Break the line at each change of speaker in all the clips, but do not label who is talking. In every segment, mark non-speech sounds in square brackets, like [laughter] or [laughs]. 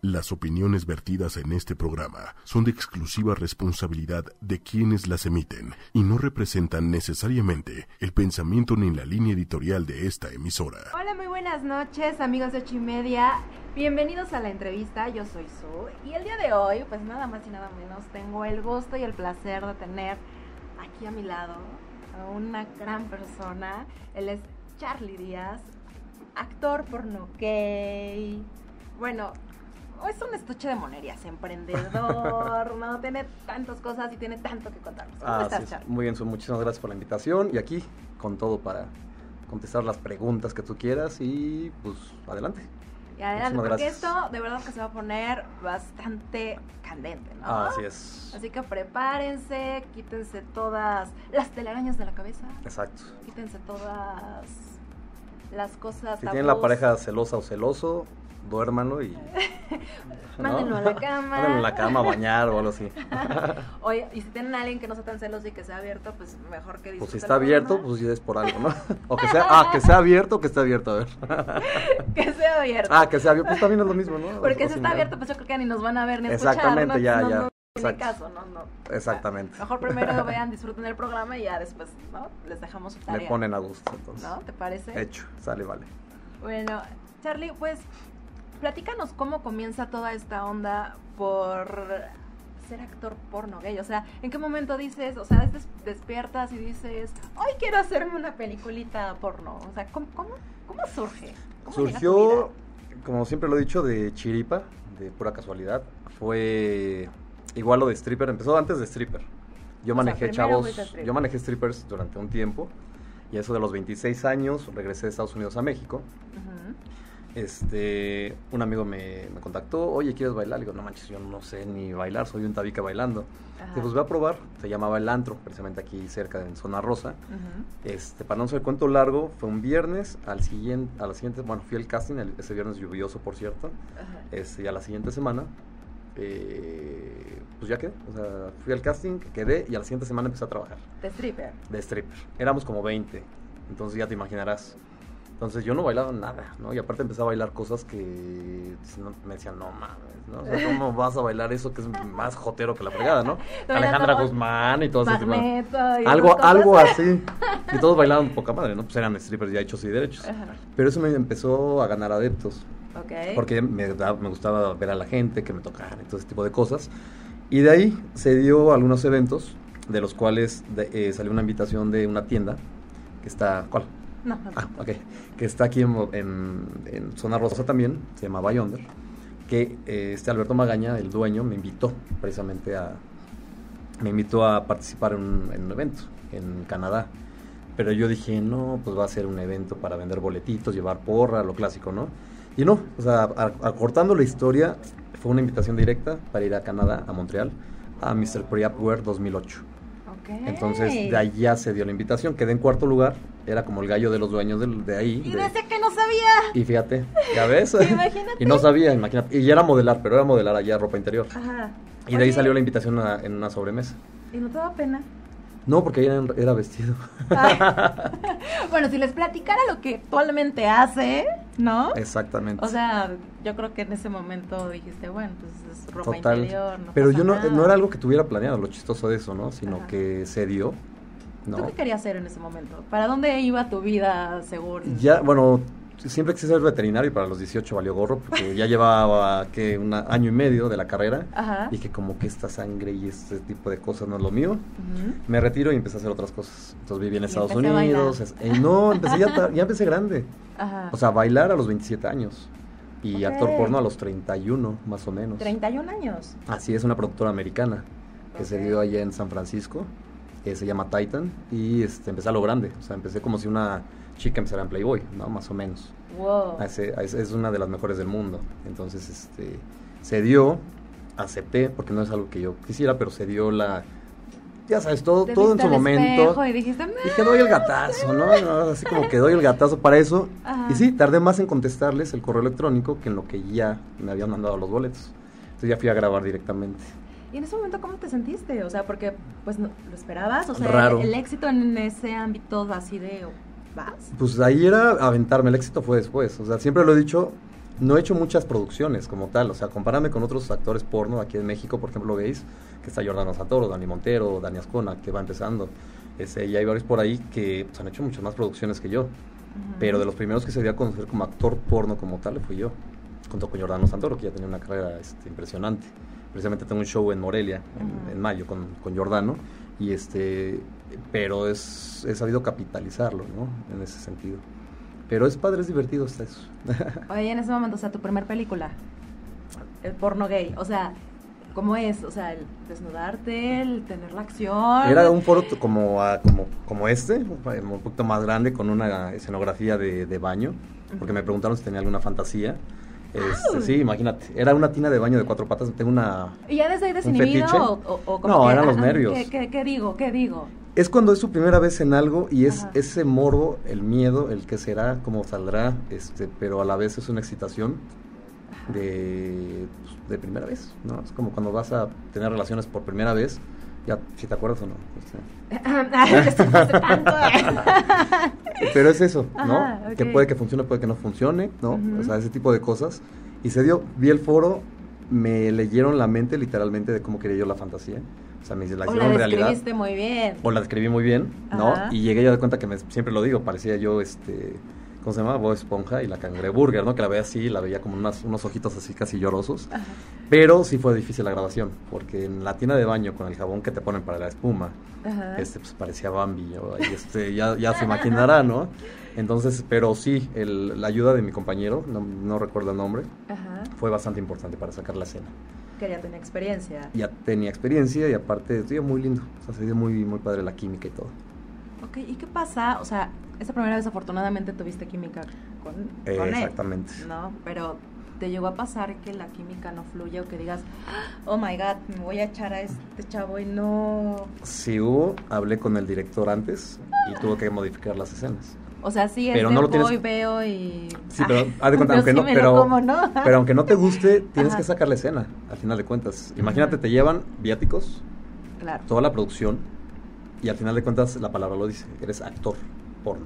Las opiniones vertidas en este programa son de exclusiva responsabilidad de quienes las emiten y no representan necesariamente el pensamiento ni la línea editorial de esta emisora.
Hola, muy buenas noches, amigos de ocho y media. Bienvenidos a la entrevista. Yo soy Su y el día de hoy, pues nada más y nada menos, tengo el gusto y el placer de tener aquí a mi lado a una gran persona. Él es Charlie Díaz, actor porno gay. Bueno, es un estuche de monerías,
[laughs]
emprendedor, ¿no? Tiene tantas cosas y tiene tanto que contarnos. ¿Cómo
Ah,
estás,
sí, sí.
Charlie?
Muy bien, Su, muchísimas gracias por la invitación y aquí con todo para contestar las preguntas que tú quieras y pues adelante.
Y adelante,
Muchísimas
porque
gracias.
esto de verdad que se va a poner bastante candente, ¿no?
Ah, así es.
Así que prepárense, quítense todas las telarañas de la cabeza,
Exacto.
quítense todas las cosas.
Si tienen la
tabús.
pareja celosa o celoso,
[laughs]
duérmanlo y... ¿no?
Mándenlo a la cama.
Mándenlo a la cama a bañar o
[laughs]
algo así. Pues,
Oye, y si tienen a alguien que no sea tan celoso y que sea abierto, pues mejor que
Pues
disfruten
si
el
está abierto,
programa.
pues ya es por
[laughs]
algo, ¿no? O que sea, ah, que sea abierto o que esté abierto, a ver.
[laughs] Que sea abierto.
pues, Ah, que sea abierto, pues también es lo mismo, ¿no?
Porque
O
si está
similar.
abierto, pues yo creo que ni nos van a ver ni
Exactamente,
escuchar.
ya,
no,
ya.
No, no tiene
Exacto.
caso, no, no.
Exactamente.
Mejor primero vean, disfruten el programa y ya después, ¿no? Les dejamos su tarea.
Le ponen a gusto, entonces.
¿No? ¿Te parece?
Hecho, sale, vale.
Bueno, Charlie, pues platícanos cómo comienza toda esta onda por ser actor porno gay. O sea, ¿en qué momento dices, o sea, des- despiertas y dices, hoy quiero hacerme una peliculita porno? O sea, ¿cómo, cómo, cómo surge? ¿Cómo llega
Surgió,
a tu vida?
como siempre lo he dicho, de chiripa, de pura casualidad. Fue igual lo de stripper, empezó antes de stripper. Yo
O sea,
manejé
primero
chavos,
fuiste stripper.
yo manejé strippers durante un tiempo. Y a eso de los 26 años regresé de Estados Unidos a México.
Ujú.
Este, un amigo me, me contactó, oye, ¿quieres bailar? Le digo, no manches, yo no sé ni bailar, soy un tabique bailando.
Ajá.
Dice, pues voy a probar. Se llamaba El Antro, precisamente aquí cerca, en Zona Rosa.
Ujú.
Este, para no hacer el cuento largo, fue un viernes, al siguiente, a la siguiente, bueno, fui al casting, el- ese viernes lluvioso, por cierto,
Ajá.
este, y a la siguiente semana, eh, pues ya quedé, o sea, fui al casting, quedé, y a la siguiente semana empecé a trabajar,
De stripper.
de stripper. Éramos como 20, entonces ya te imaginarás. Entonces yo no bailaba nada, ¿no? Y aparte empecé a bailar cosas que si no- me decían, no mames, ¿no? O sea, ¿Cómo vas a bailar eso que es más jotero que la fregada, [laughs] ¿no?
bailando
Alejandra
con
Guzmán y todo ese tipo de-
Magneto y esas
algo,
cosas.
algo así. Y todos bailaban poca madre, ¿no? Pues eran strippers ya hechos y derechos.
Ajá.
Pero eso me empezó a ganar adeptos.
Ok.
Porque me, da- me gustaba ver a la gente, que me tocaran y todo ese tipo de cosas. Y de ahí se dio algunos eventos, de los cuales de- eh, salió una invitación de una tienda que está. ¿Cuál?
No, no.
Ah, ok. Que está aquí en, en- en Zona Rosa también, se llama Bayonder. Que eh, este Alberto Magaña, el dueño, me invitó precisamente a. Me invitó a participar en un, en un evento en Canadá. Pero yo dije, no, pues va a ser un evento para vender boletitos, llevar porra, lo clásico, ¿no? Y no, o sea, a- acortando la historia, fue una invitación directa para ir a Canadá, a Montreal, a Mr. Pre-Upwear 2008.
Ok.
Entonces de allá se dio la invitación, quedé en cuarto lugar, era como el gallo de los dueños del- de, ahí.
Y
de-
desde que no sabía.
y fíjate, ya ves.
[laughs] Imagínate.
y no sabía, imagínate. Y ya era modelar, pero era modelar allá ropa interior.
Ajá.
Y de ahí
Oye,
salió la invitación a- en una sobremesa.
¿Y no te da pena?
No, porque ahí era, era vestido.
[laughs] Bueno, si les platicara lo que actualmente hace, ¿no?
[laughs] Eh, Exactamente.
O sea, yo creo que en ese momento dijiste, bueno, pues es ropa
Total.
interior, no
pero
pasa
yo no,
nada.
no era algo que tuviera planeado, lo chistoso de eso, ¿no? Sino
Ajá.
que se dio.
¿Tú
¿no?
qué querías hacer en ese momento? ¿Para dónde iba tu vida según?
Ya, bueno, siempre quise ser veterinario y para los 18 valió gorro porque ya [laughs] llevaba, que Un año y medio de la carrera.
Ajá.
Dije como que esta sangre y este tipo de cosas no es lo mío.
Ujú.
Me retiro y empecé a hacer otras cosas. Entonces viví en
Y
Estados
empecé a bailar.
Unidos. es- eh, no, empecé ya, tar- ya empecé grande.
Ajá.
O sea, bailar a los 27 años y
Ok.
actor porno a los 31 más o menos.
31 años.
Así es, una productora americana que se
Ok.
dio allá en San Francisco. que se llama Titan y este, empecé a lo grande. O sea, empecé como si una chica empezara en Playboy, ¿no? Más o menos.
Wow.
Hace- Es, es una de las mejores del mundo. Entonces, este, se dio, acepté, porque no es algo que yo quisiera, pero se dio la... Ya sabes, todo,
Te
todo en
viste
su
al
momento.
espejo Y dijiste, "Nah".
Dije, doy el gatazo, ¿no? No, Así como que doy el gatazo para eso.
Ajá.
Y sí, tardé más en contestarles el correo electrónico que en lo que ya me habían mandado los boletos. Entonces ya fui a grabar directamente.
¿Y en ese momento cómo te sentiste? O sea, porque pues no- lo esperabas, o sea,
Raro.
el éxito en ese ámbito así de ¿vas?
Pues ahí era aventarme, el éxito fue después. O sea, siempre lo he dicho, no he hecho muchas producciones como tal, o sea, compárame con otros actores porno aquí en México, por ejemplo, veis que está Jordana Satoro, Dani Montero, Dani Ascona, que va empezando, este, y hay varios por ahí que pues, han hecho muchas más producciones que yo, pero de los primeros que se dio a conocer como actor porno como tal fui yo, junto con Jordano Santoro, que ya tenía una carrera este, impresionante. Precisamente tengo un show en Morelia en,
Ujú.
en mayo con, con Jordano, y este, pero es, he sabido capitalizarlo, ¿no? En ese sentido. Pero es padre, es divertido, está eso.
Oye, en ese momento, o sea, tu primer película, el porno gay, o sea, ¿cómo es? O sea, el desnudarte, el tener la acción.
Era un foro t- como, a- como, como este, un poquito más grande, con una escenografía de, de baño, porque me preguntaron si tenía alguna fantasía. Este,
¡Au!
sí, imagínate. Era una tina de baño de cuatro patas. Tengo una,
¿Y ya desde ahí
fetiche?
desinhibido? O, o, o como
No,
que,
eran los
ah,
nervios.
¿qué, qué, qué digo? ¿Qué
[laughs]
digo? [laughs]
Es cuando es su primera vez en algo y es
Ajá.
ese morbo, el miedo, el que será, cómo saldrá, este, pero a la vez es una excitación de, pues, de primera vez, ¿no? Es como cuando vas a tener relaciones por primera vez, ya si te acuerdas o no. este, o sea.
Esto fue hace tanto.
Pero es eso, ¿no?
Ajá, ok.
Que puede que funcione, puede que no funcione, ¿no?
Ujú.
O sea, ese tipo de cosas. Y se dio, vi el foro, me leyeron la mente literalmente de cómo quería yo la fantasía. O sea, me la
o
hicieron
la
realidad.
describiste muy bien.
o la describí muy bien, ¿no?
Ajá.
Y llegué yo de cuenta que me- siempre lo digo, parecía yo, este, ¿cómo se llama? Bob Esponja y la cangreburger, ¿no? Que la veía así, la veía como unas- unos ojitos así casi llorosos. Pero sí fue difícil la grabación, porque en la tienda de baño con el jabón que te ponen para la espuma,
Ajá.
este, pues parecía Bambi, yo, ahí, este, ya, ya se imaginará, ¿no? Entonces, pero sí, el- la ayuda de mi compañero, no, no recuerdo el nombre,
Ajá.
fue bastante importante para sacar la escena.
Que ya tenía experiencia.
Ya tenía experiencia y aparte, estuvo muy lindo, o sea, se dio muy, muy padre la química y todo.
Ok, ¿y qué pasa? O sea, esa primera vez afortunadamente tuviste química con,
Eh,
con él.
exactamente.
No, pero ¿te llegó a pasar que la química no fluye o que digas, "Ah, oh my god, me voy a echar a este chavo y no.
Si hubo, hablé con el director antes y tuvo que modificar las escenas.
O sea, sí, es
Pero
de
no lo
voy,
tienes-
veo y.
Sí, pero
[laughs]
haz de
yo
cuenta, aunque
sí
no,
me lo
pero,
como, ¿no?
pero aunque no te guste, tienes
Ah. Ajá.
que sacar la escena, al final de cuentas. Imagínate, te llevan viáticos,
[laughs] Claro.
toda la producción, y al final de cuentas la palabra lo dice, eres actor porno.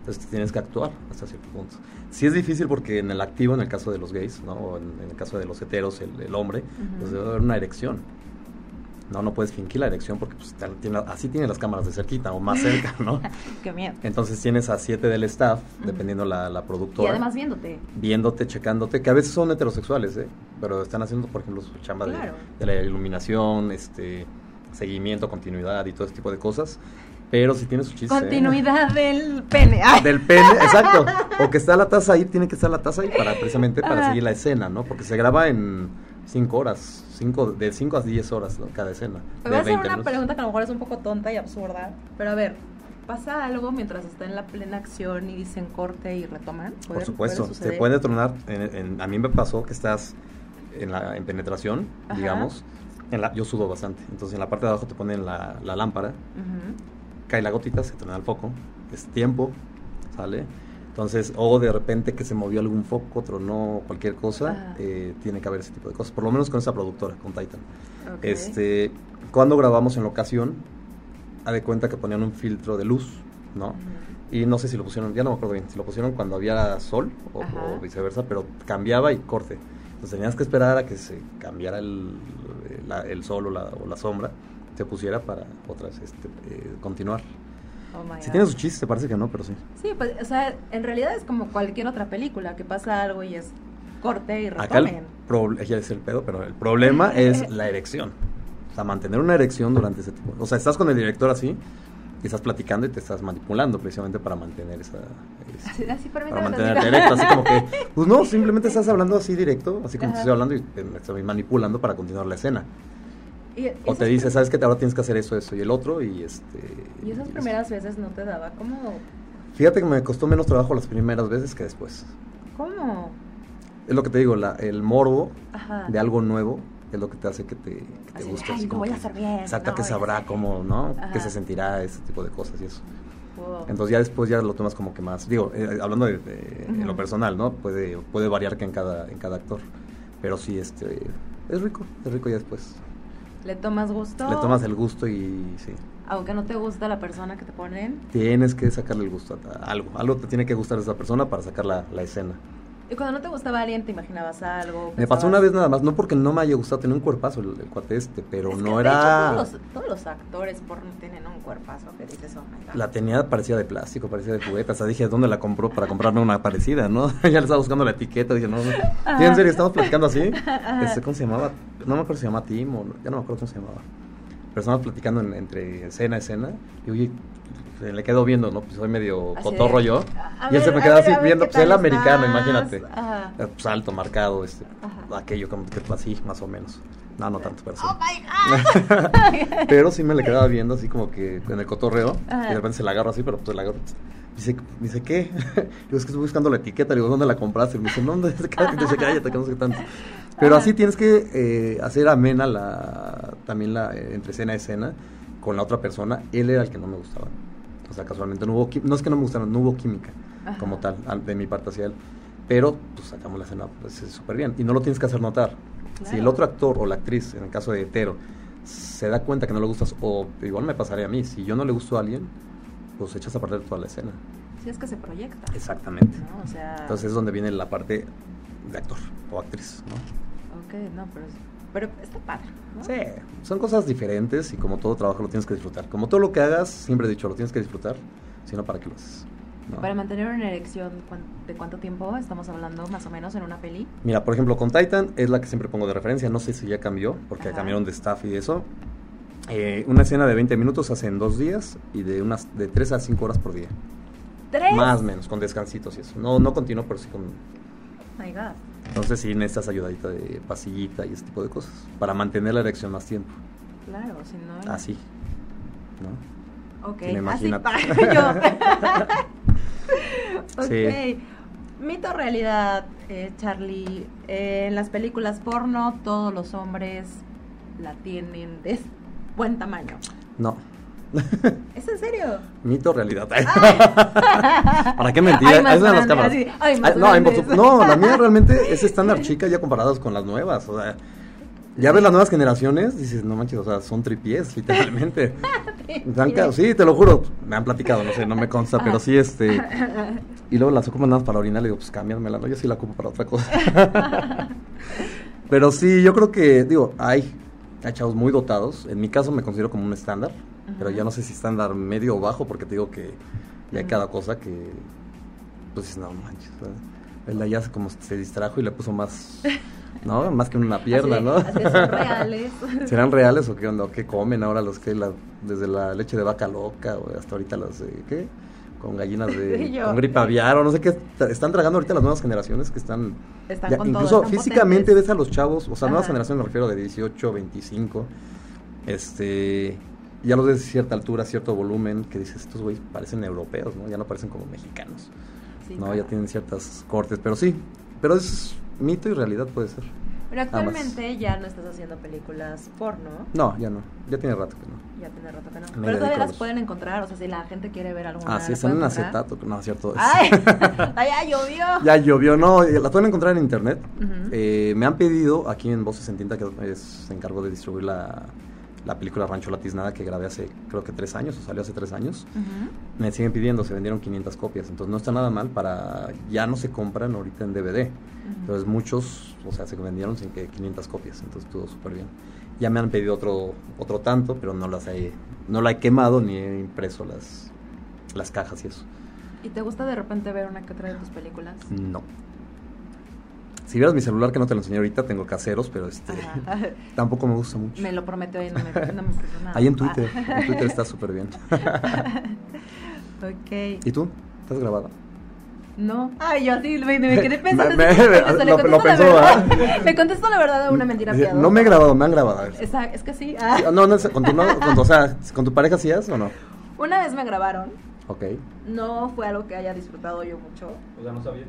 Entonces tienes que actuar hasta cierto punto. Sí es difícil porque en el activo, en el caso de los gays, ¿no? o en, en el caso de los heteros, el, el hombre,
Ujú.
pues debe haber una erección. No, no puedes fingir la erección porque pues, tal- tiene- así tienen las cámaras de cerquita o más cerca, ¿no?
Qué miedo.
Entonces tienes a siete del staff,
Ujú.
dependiendo la, la
Y
productora,
además viéndote.
viéndote, checándote, que a veces son heterosexuales, ¿eh? pero están haciendo, por ejemplo, su chamba de-
Claro.
de, la iluminación, este, seguimiento, continuidad y todo ese tipo de cosas. Pero si tienes su chiste. ¿eh?
Continuidad del pene. Ay,
Del pene, exacto. O que está la taza ahí, tiene que estar la taza ahí para precisamente para
Ajá.
seguir la escena, ¿no? Porque se graba en cinco horas, cinco, de 5 a 10 horas ¿no? cada escena.
Te [laughs]
de
voy a hacer
20
una
minutos.
pregunta que a lo mejor es un poco tonta y absurda, pero a ver, ¿pasa algo mientras está en la plena acción y dicen corte y retoman?
Por
¿Puede-
supuesto,
puede
se
suceder?
puede tronar. en- en- a mí me pasó que estás en, la, en penetración,
Ajá.
digamos. En la, yo sudo bastante. Entonces, en la parte de abajo te ponen la, la lámpara,
Ujú.
cae la gotita, se trona el foco. Es tiempo, ¿sale? Entonces, o de repente que se movió algún foco, tronó cualquier cosa,
Ajá.
eh, tiene que haber ese tipo de cosas. Por lo menos con esa productora, con Titan.
Ok.
Este, cuando grabamos en locación, a de cuenta que ponían un filtro de luz, ¿no?
Ujú.
Y no sé si lo pusieron, ya no me acuerdo bien, si lo pusieron cuando había sol o,
Ajá.
o viceversa, pero cambiaba y corte. Entonces tenías que esperar a que se cambiara el, la- el sol o la, o la sombra, se pusiera para otras este, eh, continuar.
Oh my
Si
God.
tiene su chiste, parece que no, pero sí.
Sí, pues, o sea, en realidad es como cualquier otra película, que pasa algo y es corte y
Acá el
retomen.
problema, ya es el pedo, pero
[laughs]
el problema es la erección. O sea, mantener una erección durante ese tipo. O sea, estás con el director así y estás platicando y te estás manipulando precisamente para mantener esa. este,
Así, así,
Para
permítame
mantenerte
ah, tantito.
erecto, así como que. Pues no, simplemente estás hablando así directo, así como
Ajá.
te estoy hablando y te- me estoy manipulando para continuar la escena.
[laughs] Y-
O
esas
te dice, sabes que ahora tienes que hacer eso, eso y el otro, y este.
prim- Y esas
eso".
primeras veces no te daba, ¿cómo?
Fíjate que me costó menos trabajo las primeras veces que después.
¿Cómo?
Es lo que te digo, la- el morbo
Ajá.
de algo nuevo es lo que te hace que te, que te
Ah. Así de,
guste.
"Ay,
así
lo
como
voy a
que-
hacer bien,
Exacto,
no,
que
ya
sabrá
sé".
cómo, ¿no?
Ajá.
Que se sentirá ese tipo de cosas y eso.
Wow.
Entonces ya después ya lo tomas como que más, digo, eh, hablando de, de- en
Ujú.
lo personal, ¿no? Puede, puede variar que en cada, en cada actor. Pero sí, este, es rico, es rico ya después.
¿Le tomas gusto?
Le tomas el gusto y sí.
Aunque no te gusta la persona que te ponen.
Tienes que sacarle el gusto a, a algo. Algo te tiene que gustar de esa persona para sacar la, la escena.
Y cuando no te gustaba alguien, ¿te imaginabas algo?
Me
¿Pensabas?
pasó una vez nada más, no porque no me haya gustado, tenía un cuerpazo el, el cuate este, pero
Es que,
no
de
era...
hecho, todos, los, todos los actores porno tienen un cuerpazo que dices, oh my God.
La tenía, parecía de plástico, parecía de juguete. O sea, dije, ¿dónde la compró para comprarme una parecida, no? [laughs] ya le estaba buscando la etiqueta. Dije, no, no. Sí, en serio, estamos platicando así. Este, ¿Cómo se llamaba? No me acuerdo si se llamaba Tim o... Ya no me acuerdo cómo se llamaba. Pero estábamos platicando en- entre escena a escena. Y oye, se le quedó viendo, ¿no? Pues soy medio
Así de,
cotorro yo.
a- a
y él se
ver,
me
a
quedaba
ver,
así
a ver
viendo.
qué
Pues él
tal
americano,
estás.
imagínate.
Ajá.
Eh, pues, alto, marcado, este.
Ajá.
Aquello como que pues, así, más o menos. No, no tanto, pero sí.
Oh my God.
[laughs] Pero sí me le quedaba viendo así como que en el cotorreo.
Ajá.
Y de repente se la agarro así, pero pues se la agarro. Me dice, me dice ¿qué? [laughs] Le digo, es que estoy buscando la etiqueta. Le digo, ¿dónde la compraste? Me dice, no, no, cállate, dice, cállate, que no sé qué tanto. Pero así tienes que eh, hacer amena la, también la eh, entre escena a escena con la otra persona. Él era el que no me gustaba. O sea, casualmente no hubo quí- No es que no me gustaron, no hubo química
Ajá.
como tal al- de mi parte hacia él. Pero pues sacamos la escena pues, súper bien. Y no lo tienes que hacer notar. Si el
Claro.
otro actor o la actriz, en el caso de hetero, se da cuenta que no le gustas, o igual me pasaría a mí, si yo no le gusto a alguien, pues echas a perder toda la escena.
Si es que se proyecta.
Exactamente.
¿no? O sea,
Entonces es donde viene la parte de actor o actriz, ¿no?
Ok, no, pero, es- pero está padre. ¿no?
Sí, son cosas diferentes y como todo trabajo lo tienes que disfrutar. Como todo lo que hagas, siempre he dicho, lo tienes que disfrutar, sino para qué lo haces. ¿no?
Para mantener una erección, ¿cuán- ¿de cuánto tiempo estamos hablando más o menos en una peli?
Mira, por ejemplo, con Titan es la que siempre pongo de referencia. No sé si ya cambió, porque
Ajá.
cambiaron de staff y eso. Eh, una escena de 20 minutos hace en dos días y de unas de 3 a 5 horas por día.
¡Tres!
Más o menos, con descansitos y eso. No, no continuo, pero sí con...
Oh my God.
Entonces sí necesitas ayudadita de pasillita y ese tipo de cosas. Para mantener la erección más tiempo.
Claro, si no.
Así. ¿No?
Ok,
Me
así
imagino. [laughs]
para yo. ok.
Sí.
Mito o realidad, eh, Charlie. eh, en las películas porno, todos los hombres la tienen de buen tamaño.
No.
¿Es en serio?
Mito o realidad. [laughs] ¿Para qué mentir?
Hay más
Ahí están
grandes,
las cámaras.
así, hay más
Ah, no, hay por
grandes.
supu- no, la mía realmente es estándar chica ya comparadas con las nuevas. O sea, ya ves las nuevas generaciones, dices, no manches, o sea, son tripies, literalmente. [laughs] Dan ca- sí, te lo juro. Me han platicado, no sé, no me consta, pero sí, este. Y luego las ocupan nada más para orinar, le digo, pues cámbiamela, ¿no? Yo sí la ocupo para
[laughs]
otra cosa. pero sí, yo creo que, digo, hay, hay chavos muy dotados. En mi caso me considero como un estándar, pero ya no sé si estándar medio o bajo, porque te digo que ya hay
Ujú.
cada cosa que. Pues dices, no manches. ¿verdad? Él de allá se- como se distrajo y le puso más. ¿No? Más que una pierna,
Así de-
¿no?
así de,
[laughs]
son reales.
¿Serán reales o qué onda? ¿O ¿Qué comen ahora los que la- desde la leche de vaca loca o hasta ahorita las de qué? Con
[laughs]
gallinas
Sí,
de
yo.
con gripe aviar o no sé qué tra- están tragando ahorita las nuevas generaciones que están,
Están
ya,
con todo,
incluso
están
físicamente
potentes.
ves a los chavos, o sea, nuevas
Ajá.
generaciones me refiero de 18, 25. Este ya los ves de cierta altura, cierto volumen, que dices, estos güeyes parecen europeos, ¿no? Ya no parecen como mexicanos.
Sí,
no,
claro.
ya tienen ciertas cortes, pero sí. Pero es mito y realidad puede ser.
Pero
ambas.
actualmente ya no estás haciendo películas porno.
No, ya no. Ya tiene rato que no.
Ya tiene rato que no. Pero
Me dedico
todavía
a
las
los-
pueden encontrar, o sea, si la gente quiere ver alguna.
Ah, sí,
la
están en
puede encontrar.
acetato, no, es cierto. es-
¡Ay! ¡Ay, ya llovió!
pues. [laughs] ya llovió, no, eh, la pueden encontrar en internet.
Ujú.
Eh, me han pedido aquí en Voces en Tinta, que es- se encargó de distribuir la, la película Rancho Latiznada que grabé hace creo que tres años, o salió hace tres años.
Ujú.
Me siguen pidiendo, se vendieron 500 copias, entonces no está nada mal para, ya no se compran ahorita en DVD. Entonces muchos, o sea, se vendieron sin que 500 copias, entonces estuvo súper bien. Ya me han pedido otro, otro tanto, pero no las he, no la he quemado ni he impreso las, las cajas y eso.
¿Y te gusta de repente ver una que otra de tus películas?
No. Si vieras mi celular, que no te lo enseñé ahorita, tengo caseros, pero este
Ajá.
[laughs]
[laughs]
tampoco me gusta mucho.
Me lo prometió y no me, no me puso nada.
[laughs] Ahí en Twitter, en Twitter está súper bien.
Ah, [laughs] ok.
[laughs] ¿Y tú? ¿Estás grabada?
No. Ay, yo así me, me quedé pensando.
[laughs] Me-
así,
me-
le
lo-
contesto
lo
la
pensó,
verdad.
¿verdad?
[laughs] Me contesto la verdad a una mentira
Dice,
piadosa.
Mm, No me he grabado, me han grabado. a ver.
Esa- es que sí. ah.
No, no, con tu, no- con tu- o sea, ¿con tu pareja sí es o no?
Una vez me grabaron.
Ok.
No fue algo que haya disfrutado yo mucho.
O sea, no sabía.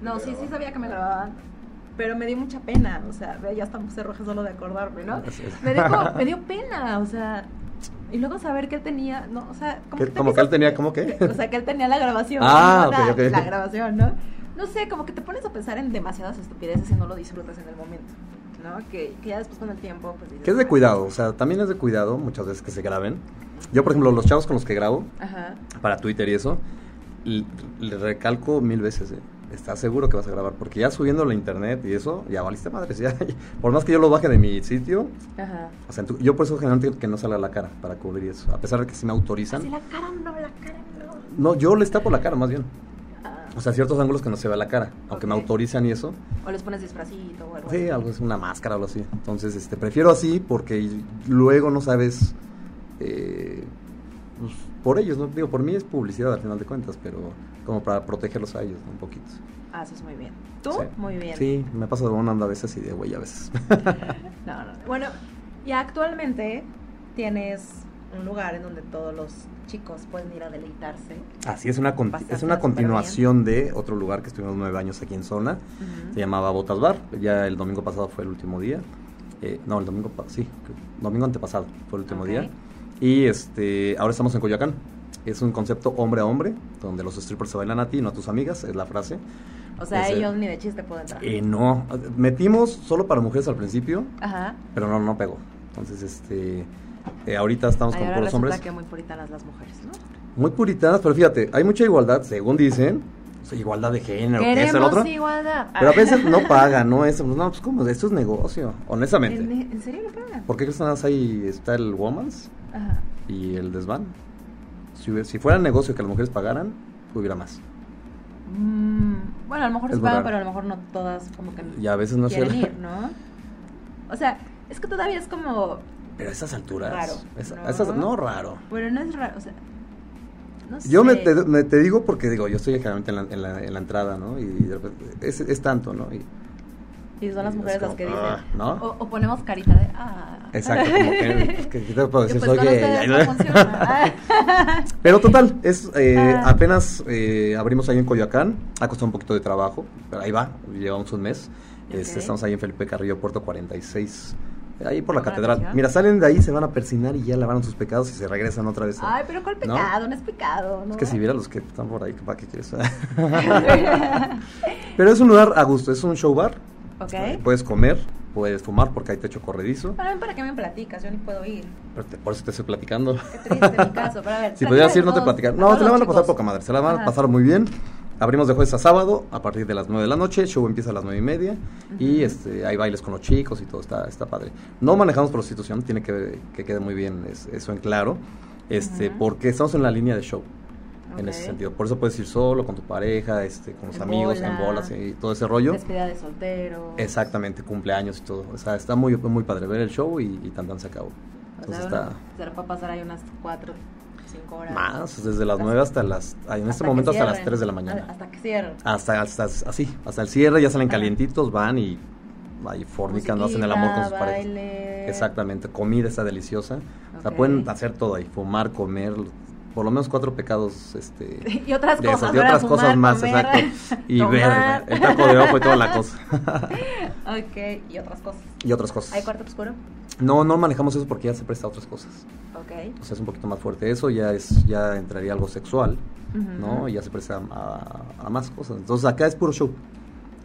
No, sí, sí sabía que me grababan, pero me dio mucha pena, o sea, ve, ya hasta me puse roja solo de acordarme, ¿no?
Así es.
Me dio,
[laughs]
como- me dio pena, o sea, y luego saber que él tenía, no, o sea,
¿Qué-
te
cómo que él
empiezas-
tenía, cómo qué?
[laughs] O sea, que él tenía la grabación.
Ah,
¿no? la,
ok, ok.
la grabación, ¿no? No sé, como que te pones a pensar en demasiadas estupideces y no lo disfrutas en el momento, ¿no? Que, que ya después con el tiempo, pues... dices,
Que es de
"Ay".
cuidado, o sea, también es de cuidado muchas veces que se graben. Yo, por ejemplo, los chavos con los que grabo,
Ajá.
para Twitter y eso, l- le recalco mil veces, ¿eh? estás seguro que vas a grabar, porque ya subiendo la internet y eso, ya valiste madres. [laughs] Ya, por más que yo lo baje de mi sitio,
Ajá.
o sea, en tu- yo por eso generalmente que no salga la cara para cubrir eso, a pesar de que si me autorizan.
Así Ah, la cara no, la cara no.
No, yo les tapo la cara más bien.
Ah,
O sea, ciertos ángulos que no se vea la cara, aunque me
Ok.
autorizan y eso.
o les pones disfrazito o algo.
Sí,
así.
algo es una máscara o algo así. Entonces, este, prefiero así porque luego no sabes eh, pues, por ellos, ¿no? Digo, por mí es publicidad al final de cuentas, pero como para protegerlos a ellos ¿no? un poquito.
Haces Ah, muy bien. ¿Tú?
Sí.
Muy bien.
Sí, me pasa de onda a veces y de güey a veces. [laughs]
No, no. Bueno, y actualmente tienes un lugar en donde todos los chicos pueden ir a deleitarse.
así es una, con-
Bastante,
es una
súper
continuación de otro lugar que estuvimos nueve años aquí en zona.
Ujú.
Se llamaba Botas Bar. Ya el domingo pasado fue el último día. Eh, no, el domingo, pa- sí, creo- domingo antepasado fue el último
Ok.
día. Y este, ahora estamos en Coyoacán. Es un concepto hombre a hombre, donde los strippers se bailan a ti, no a tus amigas, es la frase.
O sea,
Ese-
ellos ni de chiste pueden entrar.
Eh, no, metimos solo para mujeres al principio,
Ajá.
pero no, no pegó. Entonces, este, eh, ahorita estamos
Ay,
con
ahora
puros
resulta
hombres.
que muy puritanas las mujeres, ¿no?
Muy puritanas, pero fíjate, hay mucha igualdad, según dicen. o sea, Igualdad de género, que es el otro.
Queremos Ah. igualdad.
Pero a veces no pagan, ¿no? Eso, no, pues como, esto es negocio, honestamente.
¿En, en serio no pagan?
¿Por qué crees que nada más ahí está el Woman's
Ajá.
y el Desván? Si, hubiera- si fuera negocio que las mujeres pagaran, hubiera más.
Mm, bueno, a lo mejor
Es
se pagan,
verdad.
pero a lo mejor no todas como que
Y a veces no se
quieren
da.
ir, ¿no? O sea, es que todavía es como,
Pero a esas alturas.
Raro,
es-
¿no?
a esas- no, raro.
bueno, no es raro, o sea, no
Yo me
sé.
te, me te digo porque digo, yo estoy generalmente en la, en la- en la entrada, ¿no? Y de repente, es, es tanto, ¿no? Y-
Y son las
y es
mujeres las
como,
que dicen. "Oh".
ah, ¿no?
O, o ponemos carita de, ah.
Exacto,
[laughs]
como que, que- que te puedo
Que,
decir,
pues,
soy
con
gay,
ustedes
ay,
no
¿no? [laughs]
funciona. [laughs] Ah.
Pero total, es eh,
Ah.
apenas eh, abrimos ahí en Coyoacán, ha costado un poquito de trabajo, pero ahí va, llevamos un mes. Este,
Ok.
estamos ahí en Felipe Carrillo, Puerto 46, ahí por la
Qué
catedral.
maravilla.
Mira, salen de ahí, se van a persinar y ya lavaron sus pecados y se regresan otra vez. a-
Ay, pero ¿cuál
¿No?
pecado? No, es pecado, ¿no?
Es que si vieras los que están por ahí, ¿para qué quieres? pero es un lugar a gusto, es un show bar.
[laughs]
Eh,
ok. Ah.
Puedes comer, puedes fumar porque hay techo corredizo.
Para mí, ¿para qué me platicas? Yo ni puedo ir.
pero te- por eso te estoy platicando.
Qué triste mi caso. Pero a ver.
[laughs] Si pudieras ir,
decir
no te platicar. No, se la van a pasar poca madre. Se la van
Ajá.
a pasar muy bien. Abrimos de jueves a sábado a partir de las 9 de la noche. El show empieza a las 9 y media. Y
Ujú.
este, hay bailes con los chicos y todo. Está, está padre. No manejamos prostitución. Tiene que, que quede muy bien es- eso en claro. Este,
Ujú.
Porque estamos en la línea de show. En ese
Ok.
sentido. Por eso puedes ir solo, con tu pareja, este, con los
En
amigos, en
bola.
bolas y todo ese rollo.
Despedida de soltero.
Exactamente, cumpleaños y todo. O sea, está muy, muy padre ver el show y, y tan tan se acabó.
O sea,
Entonces
uno
está.
se la puede pasar ahí unas 4, 5 horas.
Más, desde las
Hasta-
9 hasta las. ay, En
hasta
este
que
momento hasta las
cierren.
3 de la
Ah,
mañana.
Hasta que cierren.
Hasta, hasta así, hasta el cierre, ya salen
Ajá.
calientitos, van y ahí fornican, no hacen el amor con sus
Musiquita,
parejas.
baile.
Exactamente, comida está deliciosa. O sea,
Ok.
pueden hacer todo ahí, fumar, comer, por lo menos cuatro pecados, este.
[laughs] Y otras
de
cosas.
esas, y
¿no? Era
otras
fumar,
cosas más,
comer, [laughs]
exacto. Y
tomar.
ver el taco de ojo y
[laughs]
toda la cosa. [laughs]
ok, y otras cosas.
y otras cosas.
¿Hay cuarto oscuro?
No, no manejamos eso porque ya se presta a otras cosas.
Ok.
O sea, es un poquito más fuerte eso, ya es ya entraría algo sexual,
Ujú.
¿no? Y ya se presta a, a más cosas. Entonces, acá es puro show.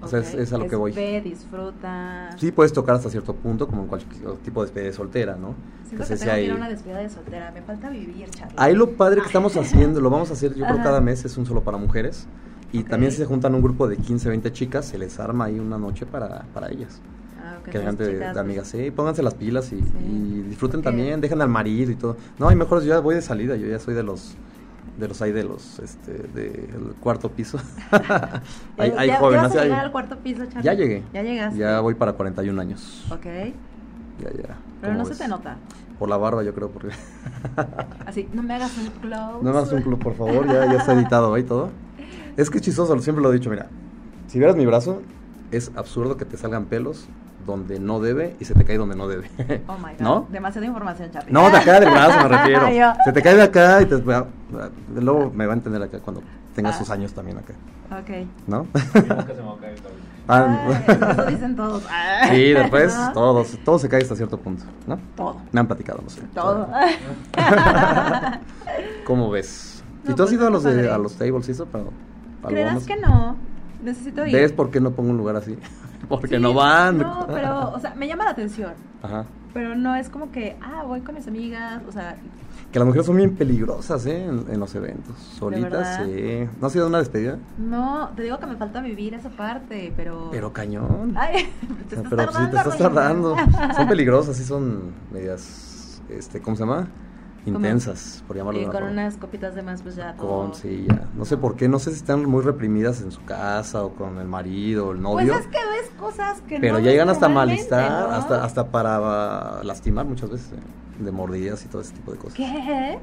O sea, es,
Ok,
es a lo que voy.
Ve, disfruta.
Sí puedes tocar hasta cierto punto, como en cualquier tipo de despedida de soltera, ¿no?
Siento
Entonces,
que
sí
tengo que
hay-
ir a una despedida de soltera. Me falta vivir, Ah. Charlie.
pues, Ahí lo padre que estamos haciendo, lo vamos a hacer yo creo
Ajá.
cada mes, es un solo para mujeres. Y
Ok.
también si se juntan un grupo de 15, 20 chicas, se les arma ahí una noche para, para ellas.
[laughs] Ah, ok,
que
entonces,
hagan de,
chicas,
de amigas, sí, pónganse las pilas y,
Sí.
y disfruten
Ok.
también, dejen al marido y todo. No, y mejor yo ya voy de salida, yo ya soy de los de los ahí de los este del cuarto
[laughs]
piso. Ahí-
pues, eh, Ya-
ahí,
ya,
joven,
ya vas
así,
a
ahí.
llegar al cuarto piso, Charlie.
Ya llegué.
Ya llegaste.
Ya voy para 41 años.
Ok.
Ya, ya.
Pero
¿Cómo
no
ves?
se te nota.
Por la barba, yo creo,
[laughs]
porque
Así, no me hagas un close.
no me hagas un club, por favor, ya ya está editado ahí todo. Es que es chistoso, siempre lo he dicho, mira. Si vieras mi brazo, es absurdo que te salgan pelos donde no debe y se te cae donde no debe.
Oh my God.
[laughs] ¿No?
Demasiada información, Charlie. Ah,
No, de acá del brazo me refiero.
[laughs] Yo.
Se te cae de acá y te, luego me va a entender acá cuando tenga
Ah.
sus años también acá,
Ok.
¿no?
Nunca se me va a caer también.
[laughs] Ah,
Ay, eso dicen todos.
[laughs]
Ay,
sí, después
¿no?
todo, todo se cae hasta cierto punto, ¿no?
Todo.
Me han platicado, no sé.
Todo. [laughs]
[laughs] ¿Cómo ves?
No,
¿Y tú has
pues,
ido a los,
está
de-
padre.
a los tables, hizo? Para, para
¿Creerás
algunos?
que no? Necesito ir.
¿Ves [laughs] por qué no pongo un lugar así? Porque
Sí,
no van.
No, pero, o sea, me llama la atención.
[laughs] Ajá.
pero no es como que, ah, voy con mis amigas, o sea,
Que las mujeres son bien peligrosas, ¿eh? En, en los eventos. Solitas,
verdad?
sí. ¿No ha sido una despedida?
no, te digo que me falta vivir esa parte, pero...
Pero cañón.
Ay, [laughs]
O [laughs]
te
sea,
estás
pero pues, sí,
tardando,
te estás
Rogelio. [laughs]
tardando. Son peligrosas, sí son medias, este, ¿cómo se llama?
Como-
Intensas, por llamarlo
Y
de una
con
forma.
unas copitas de más, pues ya todo...
Con, sí, ya. No sé por qué, no sé si están muy reprimidas en su casa o con el marido o el novio.
Pues es que ves cosas que
pero
no
ya
ves
llegan hasta
normalmente,
malestar,
¿no?
hasta, hasta para ah, lastimar muchas veces, ¿eh? de mordidas y todo ese tipo de cosas.
¿Qué?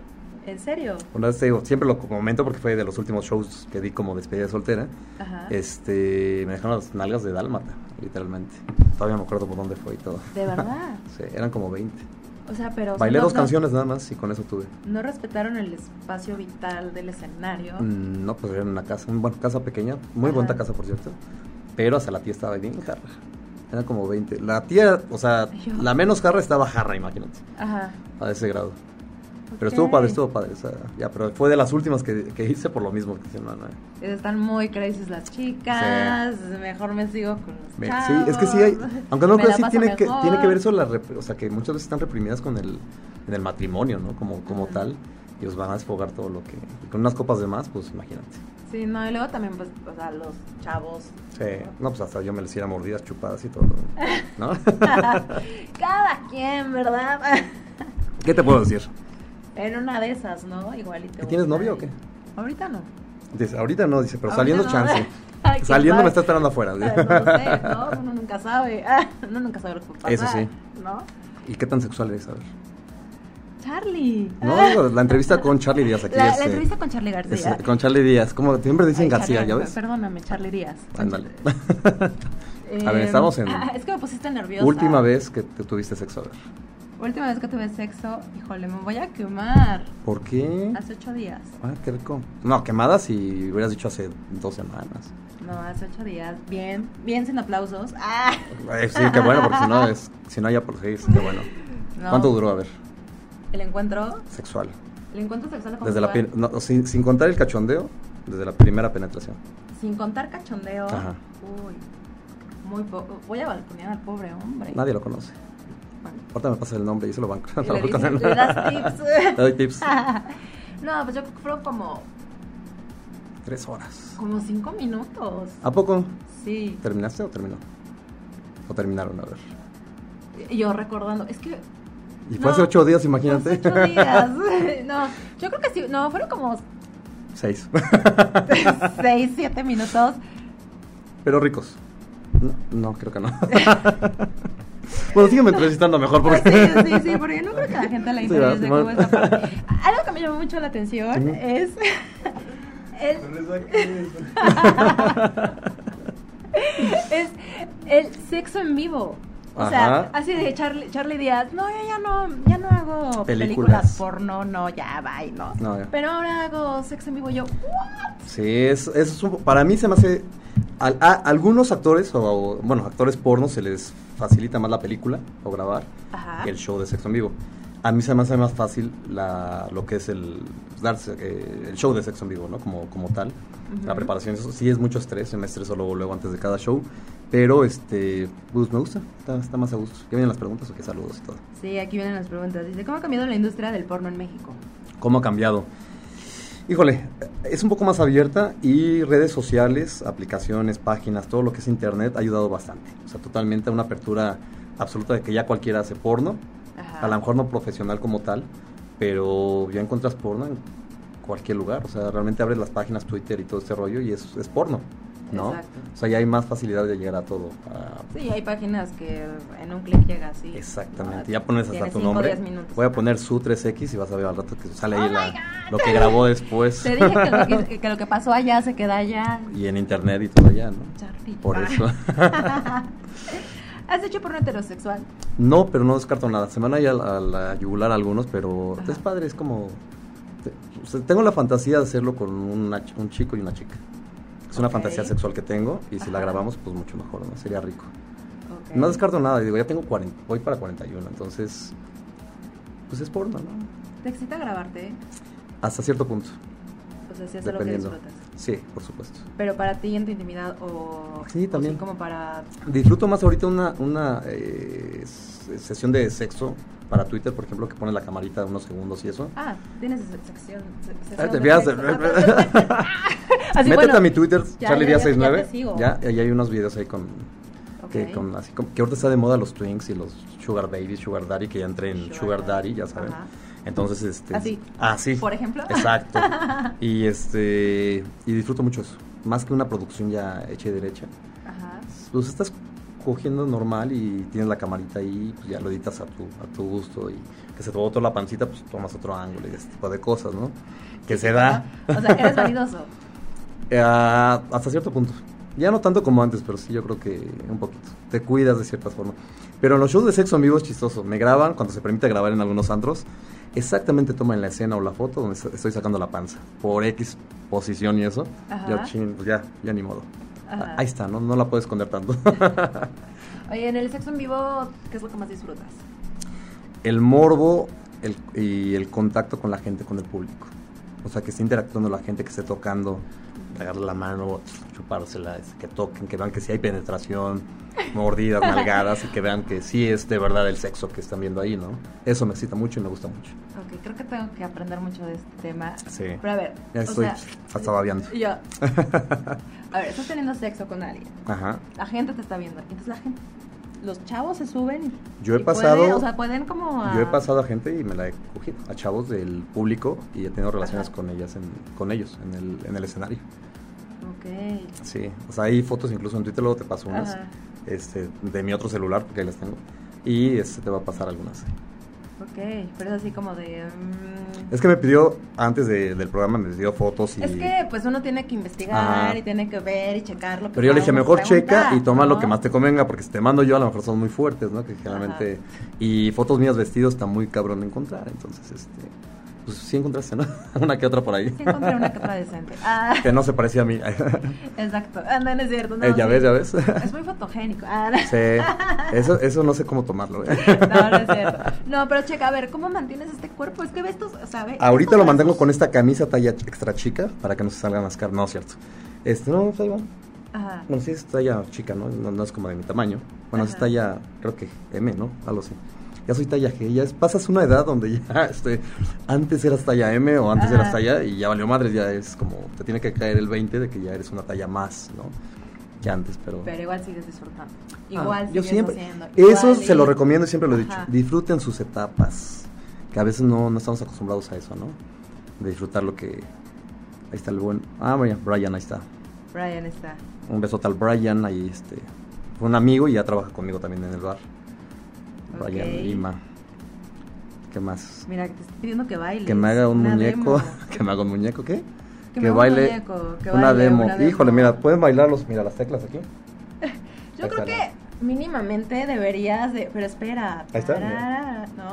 ¿En serio?
Una vez te digo, siempre lo comento porque fue de los últimos shows que di como despedida de soltera.
Ajá.
Este, me dejaron las nalgas de dálmata, literalmente. Todavía me acuerdo por dónde fue y todo.
De verdad.
Sí, eran como 20.
O sea, pero... o sea,
Bailé
no-
dos
no-
canciones nada más y con eso tuve.
No respetaron el espacio vital del escenario.
Mm, No, pues era en una casa, una casa pequeña, muy
Ajá.
bonita casa por cierto, pero hasta la tía estaba bien jarra. Eran como 20. La tía, o sea,
Yo.
la menos jarra estaba jarra, imagínate,
Ajá.
a ese grado. Pero
Ok.
estuvo padre, estuvo padre. o sea, ya, pero fue de las últimas que, que hice por lo mismo. Que, dije, no, no,
Están muy crazy las chicas. Mejor me sigo con los
me- sí,
chavos.
es que sí hay, aunque no
Me
creo
la
sí
paso
tiene que,
mejor.
tiene que ver eso, la rep- o sea, que muchas veces están reprimidas con el, en el matrimonio, ¿no? Como, como
Ajá.
tal, y os van a desfogar todo lo que, y con unas copas de más, pues imagínate.
Sí, no, y luego también, pues, o sea, los chavos. [laughs]
Sí, no, pues hasta yo me les hiciera mordidas, chupadas y todo.
[laughs]
¿No?
Cada quien, ¿verdad? [laughs]
¿Qué te puedo decir?
en una de esas, ¿no? Igualito.
¿Que tienes novio o qué?
Ahorita no.
Dice, ahorita no, dice, pero
Ahorita
saliendo
no.
chance.
[laughs] Ay, qué
saliendo
padre.
me está esperando afuera.
Ah, [laughs] No lo sé, ¿no? Uno nunca sabe. [laughs] Ah, Uno nunca sabe lo que pasa.
Eso sí.
¿No?
[laughs] ¿Y qué tan sexual eres? A ver.
Charlie.
No, digo, la entrevista con Charlie Díaz aquí.
La,
es,
la
eh,
entrevista con Charlie
es,
García.
eh, con Charlie Díaz, como siempre dicen
Ay,
García,
Charlie,
¿ya ves?
Perdóname, Charlie Díaz. [laughs]
Ándale.
Eh,
A ver, estamos en-
ah, [laughs] es que me pusiste nerviosa.
Última vez que te tuviste sexo, a ver.
Última vez que tuve sexo, híjole, me voy a quemar.
¿Por qué?
Hace ocho días.
Ah, qué rico. No, quemadas y hubieras dicho hace dos semanas.
No, hace ocho días. Bien, bien sin aplausos. Ah.
Eh, sí, qué bueno, porque si no, es, si no ya por sí, es- qué bueno.
[laughs] No.
¿Cuánto duró, a ver,
El encuentro,
sexual?
el encuentro sexual fue
Desde la
muy
pri- no, sin, sin contar el cachondeo, desde la primera penetración.
bueno. Sin contar cachondeo.
Ajá.
Uy, muy poco. Voy a balconear al pobre hombre.
Nadie lo conoce. [laughs]
Bueno.
Ahorita me pasas el nombre y se lo banco. [laughs]
Y le dices, "Le das tips". Ah.
Le doy tips.
[laughs] no, pues yo creo como,
Tres horas.
como cinco minutos.
¿A poco?
Sí.
¿Terminaste o terminó? O terminaron, a ver.
Y Yo recordando, es que
Y fue
No,
hace ocho días,
hace
imagínate.
ocho días. [laughs] No, yo creo que sí, no, fueron como
[laughs]
[laughs]
Seis. [laughs]
seis, siete minutos.
Pero ricos. No, no, creo que no. [laughs] bueno, sígueme entrevistando mejor porque.
Pues Sí, sí, sí, porque no creo que a la gente le
Sí,
interese
va,
cómo
va.
es la parte. Algo que me llamó mucho la atención
Ujú.
es [laughs] el, es el sexo en vivo. O sea,
Ajá.
así de Charlie, Charlie Díaz, no, yo ya no, ya no hago películas.
Películas.
porno, no, ya va y no.
No, ya.
Pero ahora hago sexo en vivo yo. ¿what?
Sí, es, es un- para mí se me hace... al- a, algunos actores, o, o, bueno, actores porno se les facilita más la película o grabar
Ajá.
que el show de sexo en vivo. A mí se me hace más fácil la, lo que es el, darse, eh, el show de sexo en vivo, ¿no? Como, como tal. La
Ujú.
preparación, eso sí es mucho estrés, yo me estreso luego, luego antes de cada show. Pero, este, pues me gusta, está, está más a gusto. ¿Qué vienen las preguntas o qué saludos y todo?
Sí, aquí vienen las preguntas. Dice, ¿cómo ha cambiado la industria del porno en México?
¿Cómo ha cambiado? Híjole, es un poco más abierta y redes sociales, aplicaciones, páginas, todo lo que es internet ha ayudado bastante. O sea, totalmente a una apertura absoluta de que ya cualquiera hace porno,
Ajá.
a lo mejor no profesional como tal, pero ya encuentras porno en cualquier lugar. O sea, realmente abres las páginas Twitter y todo este rollo y es, es porno, ¿no?
Exacto.
O sea, ya hay más facilidad de llegar a todo. Ah, a-
Sí, hay páginas que en un clic llega así.
Exactamente, ya pones hasta
Tienes
tu
cinco,
nombre.
diez minutos.
Voy a poner su 3X y vas a ver al rato que sale
Oh
ahí
my
la-
God.
lo que grabó después.
Te dije que lo que,
[laughs]
que lo que pasó allá se queda allá.
y en internet y todo allá, ¿no?
Charlie.
Por
Ah.
eso.
[laughs] ¿Has hecho porno heterosexual?
No, pero no descarto nada. Se me van a ir a la, a la yugular algunos, pero
Ajá.
es padre, es como... te- o sea, tengo la fantasía de hacerlo con una ch- un chico y una chica. Es una
Ok.
fantasía sexual que tengo y si la
Ajá.
grabamos, pues mucho mejor, ¿no? Sería rico.
Ok.
No descarto nada, digo, ya tengo 40, voy para 41, entonces... Pues es porno, ¿no?
¿Te excita grabarte?
Hasta cierto punto,
O sea, si es algo que
dependiendo.
disfrutas.
Sí, por supuesto.
Pero para ti en tu intimidad o...
Sí,
o
también.
como para...
Disfruto más ahorita una, una eh, s- sesión de sexo para Twitter, por ejemplo, que pone la camarita de unos segundos y eso.
Ah, tienes esa sección. se- sección
Ah, te
de
fijas,
sexo.
eh, [laughs]
Ah, pero- [laughs] Así,
Métete
bueno,
a mi Twitter,
ya,
Charlie
ya,
Díaz
ya, ya te
69.
sigo.
Ya, y ahí hay unos videos ahí con, que,
ok.
con así como- que ahorita está de moda los twinks y los sugar babies, sugar daddy, que ya entré en sugar, daddy, ya saben.
Ajá.
Entonces, este...
Así.
Ah,
[laughs]
sí.
Por ejemplo.
Exacto.
[laughs]
y este... Y disfruto mucho eso. Más que una producción ya hecha y derecha.
Ajá.
Pues estás cogiendo normal y tienes la camarita ahí, pues ya lo editas a tu, a tu gusto y que se te botó la pancita, pues tomas otro ángulo y ese tipo de cosas, ¿no? Que se da
O sea, eres vanidoso.
eh, hasta cierto punto. Ya no tanto como antes, pero sí yo creo que un poquito. Te cuidas de cierta forma. Pero en los shows de sexo en vivo es chistoso. Me graban, cuando se permite grabar en algunos antros, exactamente toman la escena o la foto donde sa- estoy sacando la panza. Por X posición y eso.
Ajá.
Ya, chin, pues ya, ya ni modo.
Ajá.
Ahí está, ¿no? no la puedo esconder
[laughs]
tanto.
Oye, en el sexo en vivo, ¿qué es lo que más disfrutas?
el morbo el- y el contacto con la gente, con el público. O sea, que esté interactuando la gente, que esté tocando, pegarle la mano, chupársela, es- que toquen, que vean que sí hay penetración,
[laughs]
mordidas, malgadas y que vean que sí es de verdad el sexo que están viendo ahí, ¿no? Eso me excita mucho y me gusta mucho.
Ok, creo que tengo que aprender mucho de este tema.
Sí.
Pero a ver.
Ya
o
estoy
sea,
hasta babeando. [laughs]
y Yo. A ver, estás teniendo sexo con alguien.
Ajá.
La gente te está viendo. Entonces la gente. Los chavos se suben. y-
Yo he
y
pasado-
pueden- o sea, pueden como. a-
Yo he pasado a gente y me la he cogido, a chavos del público y he tenido relaciones
Ajá.
con ellas, en- con ellos, en el, en el escenario.
Ok.
Sí, o sea, hay fotos incluso en Twitter, luego te paso unas.
Ajá.
este, de mi otro celular, porque ahí las tengo. Y este, te va a pasar algunas.
Ok. Pero es así como de. mm,
Es que me pidió, antes de- del programa, me pidió fotos y...
es que pues uno tiene que investigar
Ajá.
y tiene que ver y checarlo.
Pero yo le dije, mejor checa y toma lo que más te convenga, porque si te mando yo, a lo mejor son muy fuertes, ¿no? Que generalmente... Y fotos mías vestidos está muy cabrón de encontrar, entonces, este... Pues sí encontraste, ¿no? [laughs] una que otra por ahí.
Sí encontré una que otra decente. Ah,
que no se parecía a mí.
exacto. Ah, no, no es cierto. no,
[laughs] Eh, ya
sí.
ves, ya
[laughs]
ves.
Es muy fotogénico. Ah, no.
[laughs] sí. Eso, eso no sé cómo tomarlo, ¿eh?
[laughs] No, no es cierto. No, pero checa, a ver, ¿cómo mantienes este cuerpo? Es que ves tus, o sea, ve-
Ahorita
ves
lo
tus
mantengo
brazos.
con esta camisa talla extra chica para que no se salgan las caras. No, cierto. Este, no, pues ahí va.
Ajá.
Bueno, sí es talla chica, ¿no? No, no es como de mi tamaño. Bueno, sí es
Ajá.
talla, creo que M, ¿no? Algo así. Ya soy talla G, ya es- pasas una edad donde ya, [laughs] este, antes eras talla M o antes
Ajá.
eras talla y ya valió madre, ya es como, te tiene que caer el 20 de que ya eres una talla más, ¿no? Que antes, pero...
Pero igual sigues disfrutando.
Ah,
Igual
yo
sigues
siempre,
haciendo.
Eso
igual
se lo
y-
recomiendo, siempre lo he dicho.
Ajá.
Disfruten sus etapas, que a veces no, no estamos acostumbrados a eso, ¿no? De disfrutar lo que... Ahí está el buen... Ah, mira, Brian, ahí está.
Brian está.
Un besote al Brian, ahí este. Fue un amigo y ya trabaja conmigo también en el bar. Brian
Ok.
Lima. ¿Qué más?
Mira, que te estoy pidiendo que bailes.
Que me haga un
una
muñeco.
demo.
[laughs] que me haga un muñeco, ¿qué?
Que me haga un muñeco, que
una,
baile
demo.
una demo.
Híjole, mira, pueden bailar los, mira, las teclas aquí.
Yo creo
Ahí
que
está,
mínimamente deberías de. Pero espera.
Ahí está, mira.
tarara, ¿no?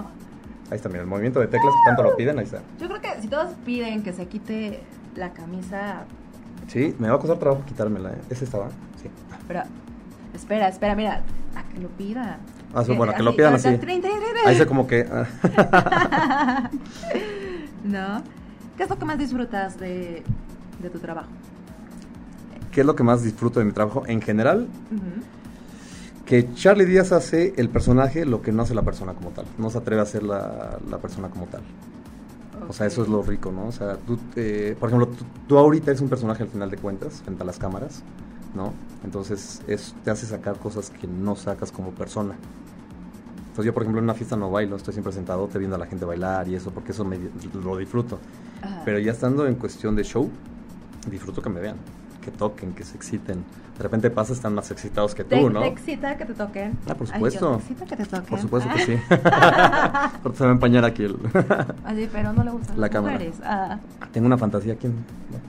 Ahí está, mira, el movimiento de teclas que tanto lo piden, ahí está.
Yo creo que si todos piden que se quite la camisa.
Sí, me va a costar trabajo quitármela, ¿eh? ¿Es esta, va? Sí.
Pero. Espera, espera, mira. A que lo pidan.
Ah, sí, bueno, que lo pidan así.
trin, trin, trin,
Ahí se como que. ah,
[laughs]
[laughs]
¿No? ¿Qué es lo que más disfrutas de, de tu trabajo?
¿Qué es lo que más disfruto de mi trabajo? En general, que Charlie Díaz hace el personaje lo que no hace la persona como tal. No se atreve a hacer la, la persona como tal. O sea, eso es lo rico, ¿no? O sea, tú, eh, por ejemplo, tú, tú ahorita eres un personaje al final de cuentas, frente a las cámaras, ¿no? Entonces, es, te hace sacar cosas que no sacas como persona. Entonces, yo, por ejemplo, en una fiesta no bailo, estoy siempre sentado, te viendo a la gente bailar y eso, porque eso me, lo disfruto.
Ajá.
Pero ya estando en cuestión de show, disfruto que me vean, que toquen, que se exciten. De repente pasa, están más excitados que tú,
¿Te,
¿no?
te excita que te toquen?
Ah, por
Ay,
supuesto.
yo, ¿Te excita que te toquen?
Por supuesto que
Ah,
sí. [laughs] Ahorita se va a empañar aquí el... [laughs]
Oye, Ah, pero no le gustan
La
las
cámara.
mujeres. Ah,
Tengo una fantasía. ¿Quién,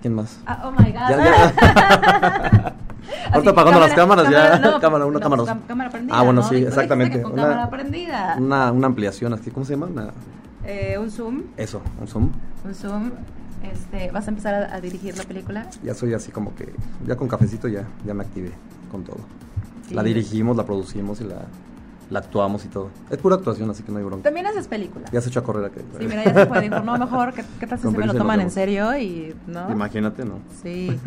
quién más?
ah, oh my God.
Ya,
[laughs]
ya.
Así,
Ahorita apagando las cámaras, ya.
no,
[laughs] cámara 1,
no,
cámara
pues,
2.
cam- Cámara prendida.
Ah, bueno,
¿no?
sí,
Dijo, dijiste
exactamente.
que Con
Una-
cámara prendida.
Una, una ampliación, así, ¿cómo se llama? Una-
Eh, un zoom,
eso, un zoom.
un zoom. Este, ¿Vas a empezar a, a dirigir la película?
Ya soy así como que, ya con cafecito ya, ya me activé con todo.
Sí.
La dirigimos, la producimos y la, la actuamos y todo. Es pura actuación, así que no hay bronca.
También haces película.
Ya se echó a correr aquí.
Sí, mira, ya se fue. Dijo, no, mejor, ¿qué, qué tal si
Con
se me lo
permiso, nos
toman en
vemos.
serio? Y, ¿no?
Imagínate, ¿no?
Sí.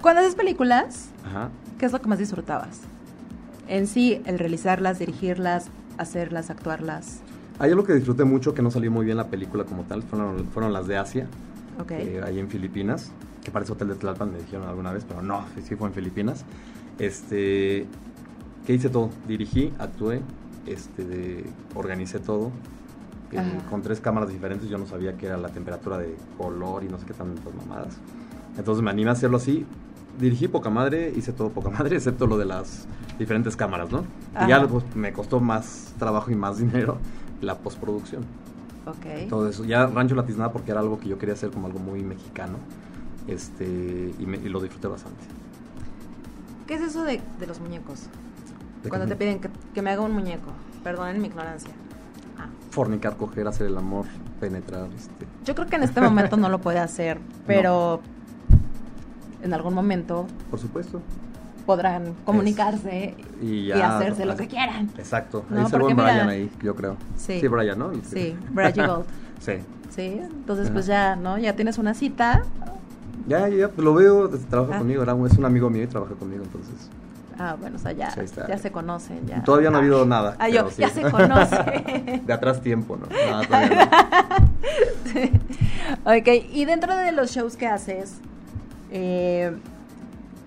Cuando haces películas,
Ajá.
¿qué es lo que más disfrutabas? En sí, el realizarlas, dirigirlas, hacerlas, actuarlas?
Hay algo que disfruté mucho que no salió muy bien la película como tal, fueron, fueron las de Asia,
Ok.
que eh, ahí en Filipinas, que parece Hotel de Tlalpan, me dijeron alguna vez, pero no, sí fue en Filipinas. Este, que hice todo, dirigí, actué, este, de- organicé todo, eh,
Ajá.
con tres cámaras diferentes, yo no sabía qué era la temperatura de color y no sé qué tantas mamadas. Entonces me animé a hacerlo así, dirigí poca madre, hice todo poca madre, [laughs] excepto lo de las diferentes cámaras, ¿no? Y
Ajá.
ya pues, me costó más trabajo y más dinero la postproducción
ok.
todo eso. Ya Rancho La Tiznada porque era algo que yo quería hacer como algo muy mexicano. Este, y, me- y lo disfruté bastante.
¿Qué es eso de, de los muñecos? Cuando te piden que, que me haga un muñeco. Perdonen mi ignorancia. Ah.
Fornicar, coger, hacer el amor, penetrar, este.
Yo creo que en este momento no lo puede
[laughs]
hacer, pero en algún momento
Por supuesto.
podrán comunicarse
Y
y,
ya. pues,
hacerse lo que quieran.
Exacto.
No,
ahí es el
porque
buen Brian
mira-
ahí, yo creo.
Sí.
Sí, Brian, ¿no?
Sí, Brad
[laughs]
Gold.
sí.
Sí, entonces pues ya, ¿no? Ya tienes una cita.
Ya, ya, pues, lo veo, trabaja
Ah.
conmigo, era un- es un amigo mío y trabaja conmigo, entonces.
Ah, bueno, o sea, ya,
Sí, ahí está.
ya se conocen. Ya.
Todavía no ha
Ah.
habido nada.
Ah, yo,
pero sí.
ya se conoce.
[laughs] De atrás tiempo, ¿no?
[laughs]
Nada, todavía no.
ok, y dentro de los shows que haces, eh,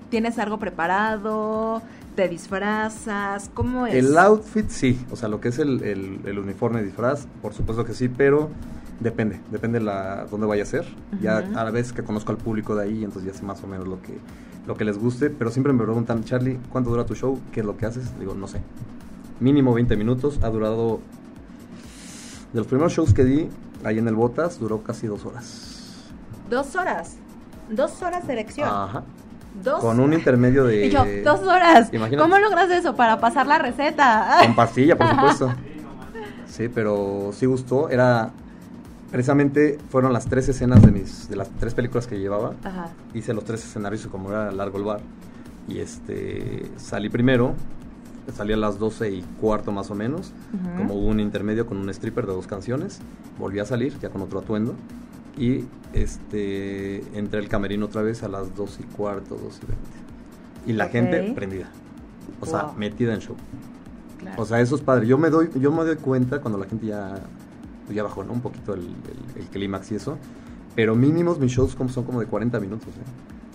¿tienes algo preparado? ¿Te disfrazas? ¿Cómo es?
El outfit sí, o sea, lo que es el, el- el uniforme de disfraz, por supuesto que sí, pero depende, depende la dónde vaya a ser. Ya
Ujú.
a la vez que conozco al público de ahí, entonces ya sé más o menos lo que, lo que les guste, pero siempre me preguntan, Charlie, ¿cuánto dura tu show? ¿Qué es lo que haces? Digo, no sé. Mínimo 20 minutos, ha durado... De los primeros shows que di ahí en el Botas, duró casi dos horas.
Dos horas. Dos horas de erección.
Ajá.
dos
Ah, Con un intermedio
[laughs]
de...
Y yo, dos horas.
Este, Imagínate.
¿Cómo logras eso? Para pasar la receta.
Con pastilla, por supuesto. Sí, pero sí gustó. Era. Precisamente fueron las tres escenas de mis. de las tres películas que llevaba.
Ajá.
Hice los tres escenarios y como era largo el bar. Y este. Salí primero. Salí a las 12 y cuarto más o menos.
Ujú.
Como hubo un intermedio con un stripper de dos canciones. Volví a salir ya con otro atuendo. Y este. Entré al camerino otra vez a las 2 y cuarto, 2 y 20. Y la
Ok.
gente prendida. O sea,
Wow.
metida en show.
Claro.
O sea, eso es padre. Yo me doy, yo me doy cuenta cuando la gente ya, pues ya bajó, ¿no? Un poquito el, el- el clímax y eso. Pero mínimos mis shows como son como de 40 minutos, ¿eh?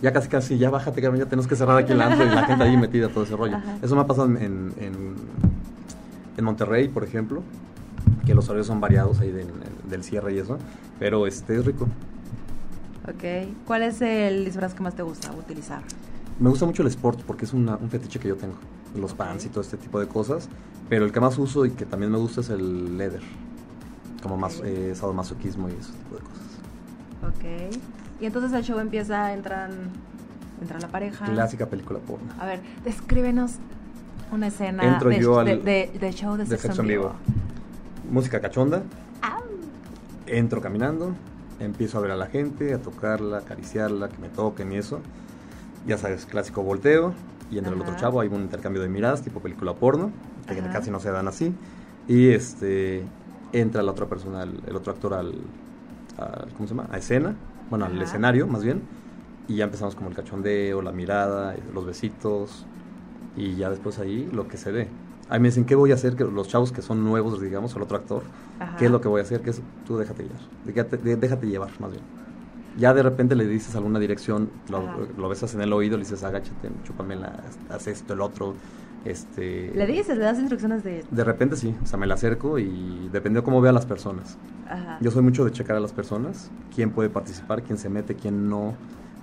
Ya casi, casi, ya bájate, cabrón, ya tenemos que cerrar aquí el antro y la gente ahí metida, todo ese rollo.
Ajá.
Eso me ha pasado en, en, en- en Monterrey, por ejemplo, que los horarios son variados ahí del, del cierre y eso. Pero este es rico.
Ok. ¿Cuál es el disfraz que más te gusta utilizar?
Me gusta mucho el sport porque es una- un fetiche que yo tengo. Los pants y todo este tipo de cosas. Pero el que más uso y que también me gusta es el leather. Como más
Ok.
eh, sadomasoquismo y ese tipo de cosas.
Ok. Y entonces el show empieza, entran, entra la pareja.
Clásica película porno.
A ver, descríbenos una escena
Entro
de,
yo al-
de, de- de show de,
de sexo en vivo. Música cachonda.
Ah.
Entro caminando. Empiezo a ver a la gente, a tocarla, acariciarla, que me toquen y eso. Ya sabes, clásico volteo. Y entre el otro
Ajá.
chavo hay un intercambio de miradas, tipo película porno, que
Ajá.
casi no se dan así. Y este entra la otra persona, el, el otro actor al, al- ¿cómo se llama? A escena, bueno, al
Ajá.
escenario más bien. Y ya empezamos como el cachondeo, la mirada, los besitos. Y ya después ahí lo que se dé. Ahí me dicen, ¿qué voy a hacer? Que los chavos que son nuevos, digamos, el otro actor,
Ajá.
¿qué es lo que voy a hacer? Que es, tú déjate llevar. Déjate, de- déjate llevar, más bien. Ya de repente le dices alguna dirección,
Ajá.
lo, lo besas en el oído, le dices, agáchate, chúpame, la, haz esto, el otro. Este,
Le dices, le das instrucciones de...
De repente sí, o sea, me la acerco y dependiendo cómo vea a las personas.
Ajá.
Yo soy mucho de checar a las personas, quién puede participar, quién se mete, quién no,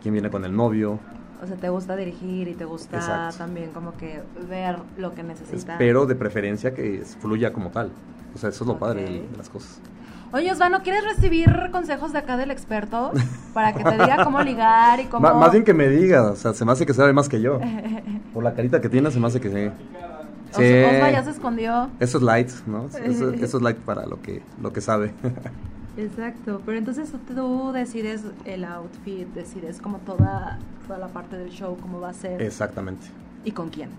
quién viene con el novio.
O sea, te gusta dirigir y te gusta
Exacto.
también como que ver lo que necesitas.
Espero de preferencia que fluya como tal. O sea, eso es lo padre de-
Ok.
de las cosas.
Oye, Osvano, ¿quieres recibir consejos de acá del experto? Para que te diga cómo
[laughs]
ligar y cómo...
Ma- más bien que me diga, o sea, se me hace que sabe más que
[laughs]
yo. Por la carita que tiene, se me hace que sí.
Os- Osva ya se escondió.
Eso es light, ¿no?
[laughs]
Eso, eso es light para lo que, lo que sabe.
Exacto, pero entonces tú decides el outfit, decides como toda, toda la parte del show, cómo va a ser
[laughs] Exactamente.
y con quién.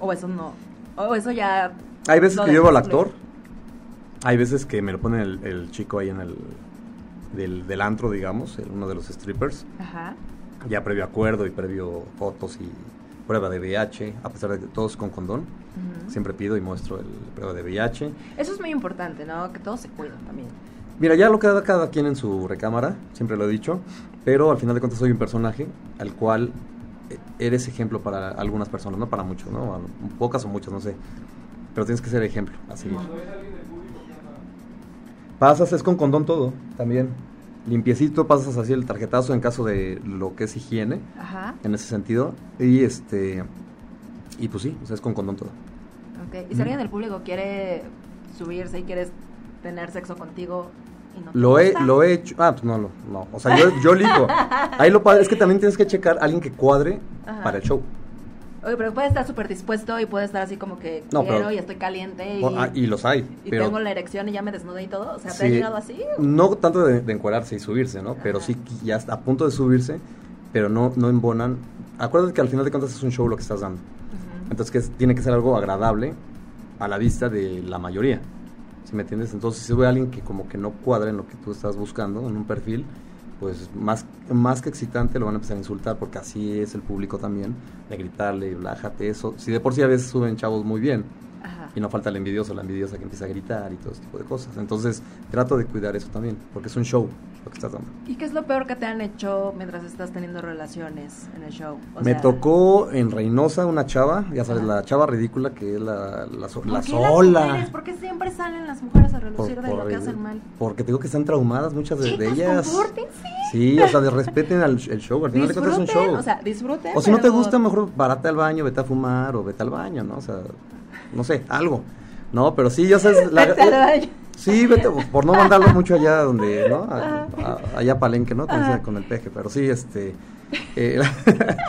O eso no. O eso ya...
Hay veces
lo
que yo llevo al
dejas
actor,
fluir.
hay veces que me lo pone el, el chico ahí en el del, del antro, digamos, el- uno de los strippers,
Ajá.
ya previo acuerdo y previo fotos y prueba de VIH, a pesar de que todos con condón.
Ujú.
Siempre pido y muestro el prueba de VIH.
Eso es muy importante, ¿no? Que todos se cuiden también.
Mira, ya lo queda cada quien en su recámara, siempre lo he dicho, pero al final de cuentas soy un personaje al cual eh, eres ejemplo para algunas personas, no para muchos, ¿no? A pocas o muchas, no sé. Pero tienes que ser ejemplo, así. Pasas, es con condón todo, también. Limpiecito, pasas así el tarjetazo en caso de lo que es higiene,
Ajá.
en ese sentido. Y este. Y pues sí, o sea, es con condón todo.
Ok. Y si
Ujú.
alguien del público quiere subirse y quieres tener sexo contigo y no te
Lo he,
gusta,
lo he hecho. Ah, pues no, no, no. O sea, yo,
[laughs]
yo elijo. Ahí lo padre es que también tienes que checar a alguien que cuadre
Ajá.
para el show.
Oye, pero puede estar súper dispuesto y puede estar así como que
No,
quiero
pero-
y estoy caliente y,
Por- ah, y los hay.
y
pero
tengo la erección y ya me desnudé y todo. O sea, ¿te ha
sí,
llegado así?
No tanto de, de encuerarse y subirse, ¿no? Pero
Ajá.
sí que ya está a punto de subirse, pero no, no embonan. Acuérdate que al final de cuentas es un show lo que estás dando.
Ujú.
Entonces que es- tiene que ser algo agradable a la vista de la mayoría. ¿Sí me entiendes? Entonces si sube alguien que como que no cuadra en lo que tú estás buscando, en un perfil, pues más, más que excitante lo van a empezar a insultar porque así es el público también, de gritarle, blájate, eso. Si de por sí a veces suben chavos muy bien
Ajá.
y no falta el envidioso, la envidiosa que empieza a gritar y todo ese tipo de cosas. Entonces trato de cuidar eso también porque es un show lo que estás dando.
¿Y qué es lo peor que te han hecho mientras estás teniendo relaciones en el show? O
Me
sea,
tocó en Reynosa una chava, ya sabes,
Ajá.
la chava ridícula que es la, la, so-
¿por
la
qué
sola.
Las mujeres? ¿Por qué siempre salen las mujeres a
Por-
relucir de
por
lo que
el-
hacen mal?
Porque te digo que están traumadas muchas de, de
Chicas,
ellas.
compórtense.
Sí, o sea, de respeten al, el show. Al final de cuentas es un
Disfruten,
show.
o sea, disfruten.
O si no te
pero- [laughs]
gusta, mejor parate al baño, vete a fumar o vete al baño, ¿no? O sea, no sé, algo. No, pero sí, ya sabes. la-
Vete al baño.
Sí, vete, por no mandarlo mucho allá donde, ¿no? A- a- allá a Palenque, ¿no? Con ese- Con el peje, pero sí, este. eh, [laughs]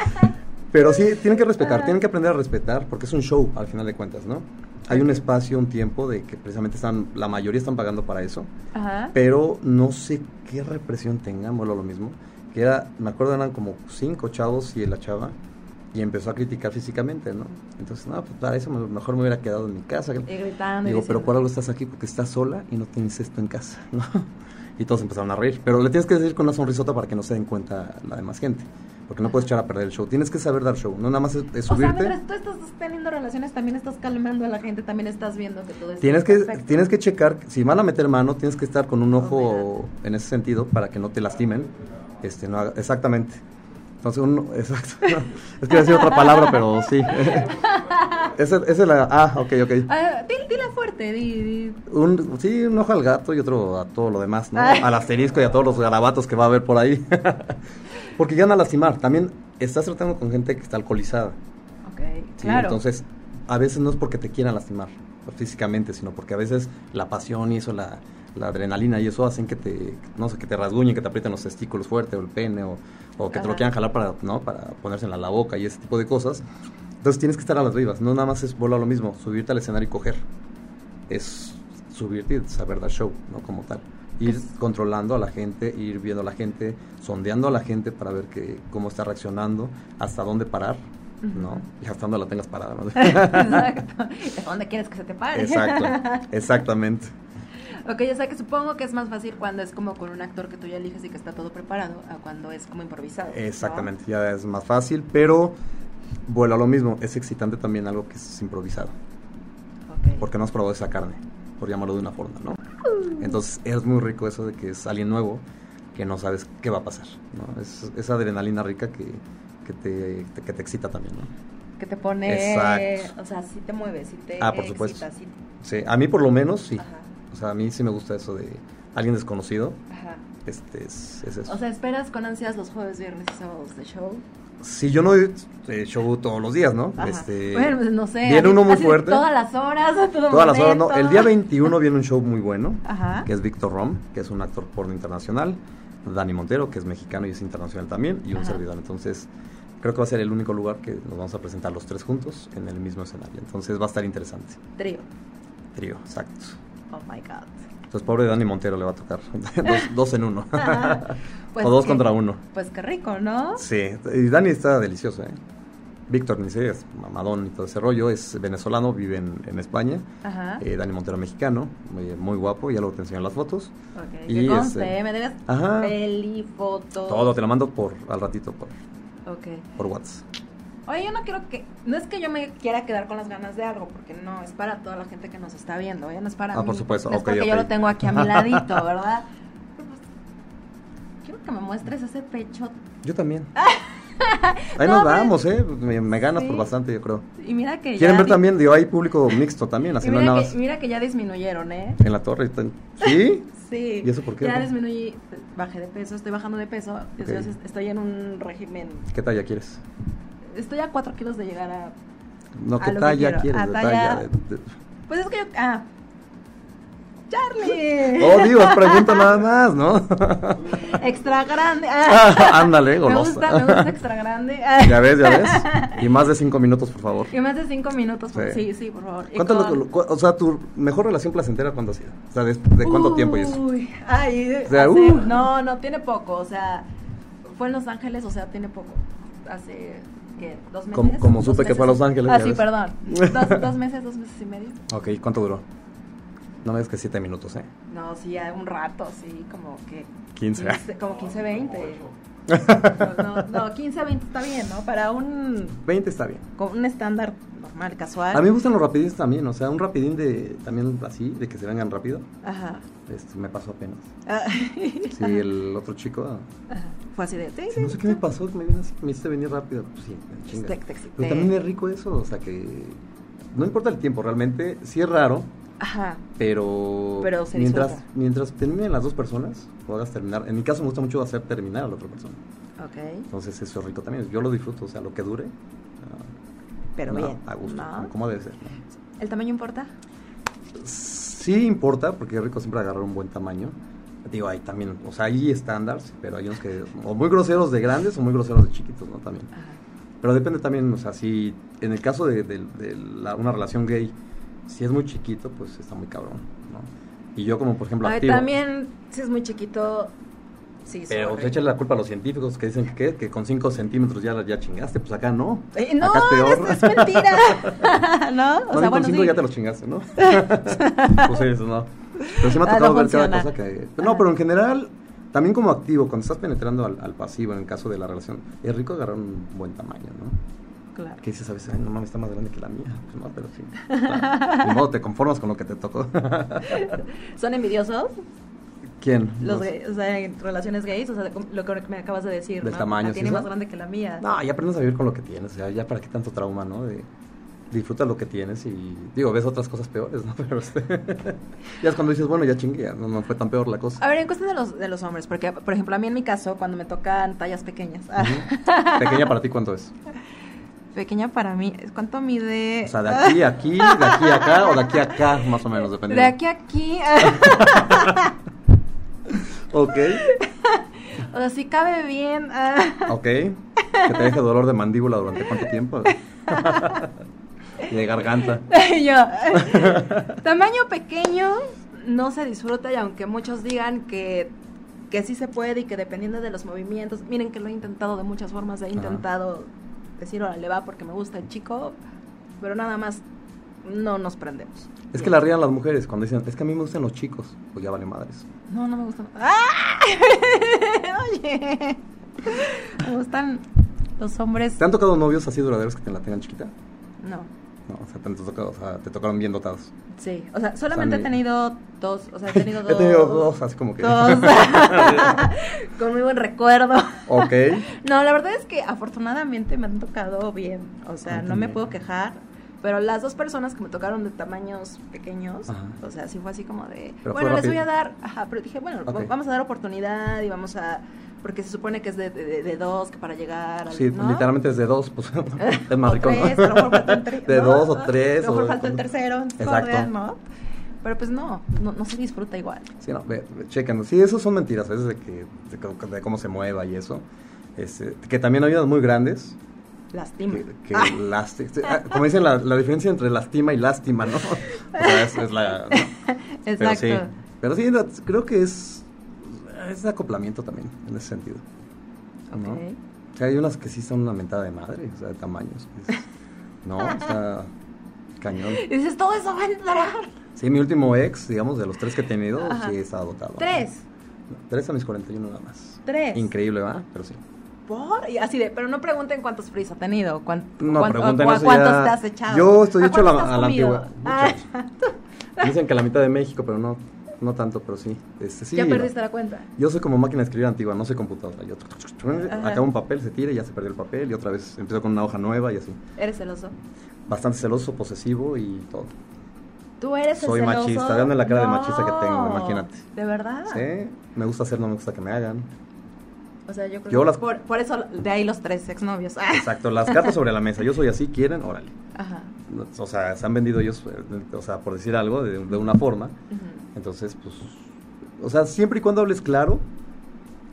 pero sí, tienen que respetar, tienen que aprender a respetar, porque es un show, al final de cuentas, ¿no? Hay un espacio, un tiempo de que precisamente están, la mayoría están pagando para eso,
Ajá.
pero no sé qué represión tengan, vuelvo a lo mismo, que era, me acuerdo eran como cinco chavos y la chava, y empezó a criticar físicamente, ¿no? Entonces, no, pues para eso me- mejor me hubiera quedado en mi casa.
Y gritando. y
Digo, pero
diciendo-
por algo estás aquí porque estás sola y no tienes esto en casa, [laughs] ¿no? Y todos empezaron a reír. Pero le tienes que decir con una sonrisota para que no se den cuenta la demás gente. Porque no puedes echar a perder el show. Tienes que saber dar show. No nada más es, es
O sea,
subirte.
mientras tú estás teniendo relaciones, también estás calmando a la gente, también estás viendo que todo está
tienes, que,
perfecto.
tienes que checar. Si van a meter mano, tienes que estar con un
Oh,
ojo en ese sentido para que no te lastimen. Este, no haga- exactamente. Entonces, un, [laughs] exacto. es que iba a decir otra palabra, pero sí. [laughs] esa, esa es la. Ah, ok, ok.
Ah, di- dila fuerte, di, di.
Un, sí, un ojo al gato y otro a todo lo demás, ¿no?
Ay.
Al asterisco y a todos los garabatos que va a haber por ahí. [laughs] Porque llegan a lastimar. También estás tratando con gente que está alcoholizada.
Ok,
¿sí?
claro.
Entonces, a veces no es porque te quieran lastimar pues, físicamente, sino porque a veces la pasión y eso, la, la adrenalina y eso hacen que te, no sé, que te rasguñen, que te aprieten los testículos fuerte o el pene o, o que te lo
Ajá.
quieran jalar para, ¿no? Para ponérsela en la boca y ese tipo de cosas. Entonces tienes que estar a las vivas. No nada más es volar lo mismo, subirte al escenario y coger. Es subirte y saber dar show, ¿no? Como tal. Ir controlando a la gente, ir viendo a la gente, sondeando a la gente para ver que, cómo está reaccionando, hasta dónde parar, ¿no? Y hasta dónde la tengas
[laughs]
parada, ¿no?
[laughs] Exacto. ¿De dónde quieres que se te pare?
Exacto, exactamente.
[laughs] ok, o sea que supongo que es más fácil cuando es como con un actor que tú ya eliges y que está todo preparado, a cuando es como improvisado. ¿no?
Exactamente, ya es más fácil, pero vuelvo a lo mismo, es excitante también algo que es improvisado,
Ok.
porque no has probado esa carne, por llamarlo de una forma, ¿no? Entonces es muy rico eso de que es alguien nuevo, que no sabes qué va a pasar, ¿no? Es esa adrenalina rica que, que, te, que te excita también, ¿no?
Que te pone.
Exacto.
O sea, sí te mueves, sí te.
Ah, por
excita,
supuesto.
sí te-
Sí, a mí por lo menos sí,
Ajá,
o sea, a mí sí me gusta eso de alguien desconocido,
ajá.
este es, es eso.
O sea, esperas con ansias los jueves, viernes y sábados de show.
si yo no doy eh, show todos los días, ¿no?
Ajá.
Este,
bueno, pues, no sé.
Viene
así-
uno muy
así
fuerte.
Todas las horas, [laughs] a todo
Todas las horas, ¿no?
momento.
El día 21 viene un show muy bueno,
[laughs] Ajá.
que es Víctor Rom, que es un actor porno internacional, Dani Montero, que es mexicano y es internacional también, y un
Ajá.
servidor. Entonces, creo que va a ser el único lugar que nos vamos a presentar los tres juntos en el mismo escenario. Entonces, va a estar interesante.
Trío.
Trío, exacto.
Oh my God.
Entonces, pobre Dani Montero le va a tocar. [laughs] dos, dos en uno. [laughs]
Pues
o dos
que-
contra uno.
Pues qué rico, ¿no?
Sí, y Dani está delicioso, ¿eh? Víctor ni sé, es mamadón y todo ese rollo, es venezolano, vive en, en España.
Ajá.
Eh, Dani Montero mexicano, muy, muy guapo, ya luego te enseño las fotos.
ok.
y
que conste,
este-
¿eh? me debes
Ajá.
peli, fotos.
Todo te lo mando por al ratito por,
Ok.
por WhatsApp.
Oye, yo no quiero que. No es que yo me quiera quedar con las ganas de algo, porque no, es para toda la gente que nos está viendo, ¿eh? no es para.
Ah,
mí.
por supuesto,
No es
ok,
porque yo
ok.
lo tengo aquí a mi
[laughs]
ladito, ¿verdad? Pero, pues, Quiero que me muestres ese pecho.
Yo
[laughs]
también. Ahí
No, pero-
nos damos, ¿eh? Me, me ganas
Sí.
por bastante, yo creo.
Y mira que.
¿Quieren
ya
ver
di-
también? Digo, hay público mixto también,
Y
haciendo
mira,
nada más
que, mira que ya disminuyeron, ¿eh?
en la torre. y tal. ¿Sí?
Sí.
¿Y eso por qué?
Ya disminuí, bajé de peso, estoy bajando de peso. Entonces estoy en un régimen.
¿Qué talla quieres?
Estoy a 4 kilos de llegar a.
No,
A
¿qué
lo que
talla
quiero,
quieres?
a
De
talla-
talla, de- de-
Pues es que yo. Ah. ¡Charlie!
[laughs] Oh, digo, es pregunta nada más, ¿no?
[laughs]
[laughs]
Extra grande.
Ah,
[laughs]
Ándale,
me
golosa. [laughs]
gusta, me gusta extra grande.
¿eh? Ya ves, ya ves. Y más de cinco minutos, por favor.
[laughs] Y más de cinco minutos. por-
Sí.
Sí, sí, por favor. Y
¿Cuánto lo-
con-
lo- cu- o sea, tu mejor relación placentera cuándo ha sido? O sea, ¿de, de
Uh.
cuánto tiempo y eso?
Uy, ay,
O sea,
hace-
uh.
no, no, tiene poco, o sea, fue en Los Ángeles, o sea, tiene poco, hace, ¿qué? ¿Dos meses?
Como- como
Dos
supe que
meses.
fue a Los Ángeles,
Ah,
ya
sí,
ves.
perdón, dos,
[laughs]
dos meses, dos meses y medio,
Ok, ¿cuánto duró? No me digas que siete minutos, ¿eh?
no, sí, ya un rato, sí, como que,
15.
como 15, 20, no, no, 15, 20 está bien, ¿no? Para un,
20 está bien.
con un estándar normal, casual,
A mí me gustan los rapidines también, o sea, un rapidín de también así, de que se vengan rápido.
ajá,
Este, me pasó apenas.
Ah, [laughs]
Sí, el otro chico. ah,
ajá. fue así de,
sí, no sé qué me pasó, me, vino así, me hiciste venir rápido. Pues sí, me chinga.
Te- te excité.
Pero también es rico eso, o sea que. No importa el tiempo, realmente. Sí es raro,
ajá,
pero.
Pero se
mientras,
disfruta.
mientras terminen las dos personas, puedas terminar. En mi caso me gusta mucho hacer terminar a la otra persona.
ok,
Entonces eso es rico también. Yo lo disfruto, o sea, lo que dure. ah,
pero
no,
bien,
A gusto,
¿no?
como debe ser. ¿no?
¿El tamaño importa?
Sí importa, porque es rico siempre agarrar un buen tamaño. Digo, hay también, o sea, hay estándares, pero hay unos que o muy groseros de grandes o muy groseros de chiquitos, ¿no? También.
Ajá.
Pero depende también, o sea, si en el caso de, de- de la- una relación gay, si es muy chiquito, pues está muy cabrón, ¿no? Y yo como, por ejemplo,
Ay,
activo.
también, si es muy chiquito, sí,
Pero
sorry.
se echa la culpa a los científicos que dicen que, ¿qué? que con 5 centímetros ya, ya chingaste, pues acá no.
Eh, no,
acá
es, es
[laughs]
mentira. ¿No? O sea,
Más bien con
bueno,
cinco
sí.
ya te los
[laughs]
chingaste, ¿no? pues eso, no. Pero sí me ha
Ah,
tocado
no
ver cada
funciona.
cosa que... pero no, pero en general, también como activo, cuando estás penetrando al, al pasivo, en el caso de la relación, es rico agarrar un buen tamaño, ¿no?
Claro.
Que dices a veces, ay, no mames, está más grande que la mía. Pues no,
[laughs]
pero sí. claro. Ni modo, te conformas con lo que te tocó. [laughs]
¿Son envidiosos
¿Quién?
los
No sé.
gays, o sea, en relaciones gays? O sea, com- lo que me acabas de decir,
Del
¿no?
tamaño,
La
sí,
tiene
¿no?
más grande que la mía.
No, ya aprendes a vivir con lo que tienes, o sea, ya para qué tanto trauma, ¿no? De, disfruta lo que tienes y, digo, ves otras cosas peores, ¿no? [laughs] Pero este, ya es cuando dices, bueno, ya chingue, ya no, no fue tan peor la cosa.
A ver, en cuestión de los, de los hombres, porque, por ejemplo, a mí en mi caso, cuando me tocan tallas pequeñas, ah,
Ujú. Pequeña para ti, ¿cuánto es?
[laughs] pequeña para mí, ¿cuánto mide?
O sea, de aquí a aquí, de aquí a acá o de aquí a acá, más o menos, dependiendo.
de aquí a aquí, ah, [laughs]
Ok,
o sea, si cabe bien. ah.
ok. Que te deje dolor de mandíbula durante cuánto tiempo. [laughs] y de garganta.
Y [laughs]
[laughs]
yo, tamaño pequeño no se disfruta y aunque muchos digan que, que sí se puede y que dependiendo de los movimientos, miren que lo he intentado de muchas formas, he
Ajá.
intentado decir, ahora le va porque me gusta el chico, pero nada más no nos prendemos.
Es que la rían las mujeres cuando dicen, es que a mí me gustan los chicos. Pues ya vale madres.
No, no me gustan. ¡Ah! [laughs] Oye, me gustan los hombres.
¿Te han tocado novios así duraderos que te la tengan chiquita?
No,
No, o sea, te, han tocado, o sea, te tocaron bien dotados.
sí. O sea, solamente
ni-
he tenido dos. O sea, he tenido dos.
[laughs] He tenido dos, así como que...
Dos. Con muy buen recuerdo.
[laughs] ok.
No, la verdad es que afortunadamente me han tocado bien. O sea,
Ah,
no me
también.
puedo quejar. Pero las dos personas que me tocaron de tamaños pequeños,
Ajá.
o sea, sí fue así como de,
Pero fue
bueno, les
rápido.
voy a dar, ajá, pero dije, bueno,
Ok.
vamos a dar oportunidad y vamos a, porque se supone que es de, de- de dos, que para llegar al,
Sí,
¿no?
literalmente es de dos, pues [laughs] es más
o
rico, ¿no?
tres, a lo mejor falta el tri-
De
¿no?
dos o tres.
A lo mejor
o-
falta el tercero,
Exacto.
cordial, ¿no? Pero pues no, no, no se disfruta igual.
[laughs] Sí, no, ve, ve, chequen. Sí, eso son mentiras a veces de, que, de, co- de cómo se mueva y eso. Este, que también hay unas muy grandes.
Lastima.
Que, que lasti- este, ah, como dicen, la, la diferencia entre lastima y lástima, ¿no? [laughs] O sea, es, es la... ¿no? Pero
[laughs] Exacto.
sí, pero sí, la- creo que es, es acoplamiento también, en ese sentido. ¿no?
Ok.
O sea, hay unas que sí son una mentada de madre, o sea, de tamaños. que es- no, o
[laughs]
sea, cañón.
Y dices, todo eso va a entrar.
Sí, mi último ex, digamos, de los tres que he tenido,
Ajá.
sí está dotado. ¿no?
Tres.
Tres a mis 41 nada más.
Tres.
Increíble, ¿verdad? Pero sí.
¿por? Y así de, pero no pregunten cuántos fríos ha tenido, cuán-
No,
cuán- o
pregunten
cuá-
eso
cuántos
ya-
te has echado.
Yo estoy hecho a la-
cuántos has
a la
comido? Ah,
antigua.
[laughs]
Dicen que la mitad de México, pero no, no tanto, pero sí. Este, sí
ya perdiste la cuenta.
Yo soy como máquina de escribir antigua, no soy computadora. Yo
Ajá.
acabo un papel, se tira y ya se perdió el papel y otra vez empiezo con una hoja nueva y así.
Eres celoso.
Bastante celoso, posesivo y todo.
Tú eres el
Soy
celoso.
machista, veanme la cara de machista que tengo, imagínate.
¿De verdad?
Sí, me gusta hacer, no me gusta que me hagan.
O sea, yo creo
Yo
que
las-
por, por eso de ahí los tres exnovios. Ah.
Exacto, las cartas sobre la mesa. Yo soy así, quieren, órale.
Ajá.
No, O sea, se han vendido ellos, eh, o sea, por decir algo, de, de una forma.
Ujú.
Entonces, pues, o sea, siempre y cuando hables claro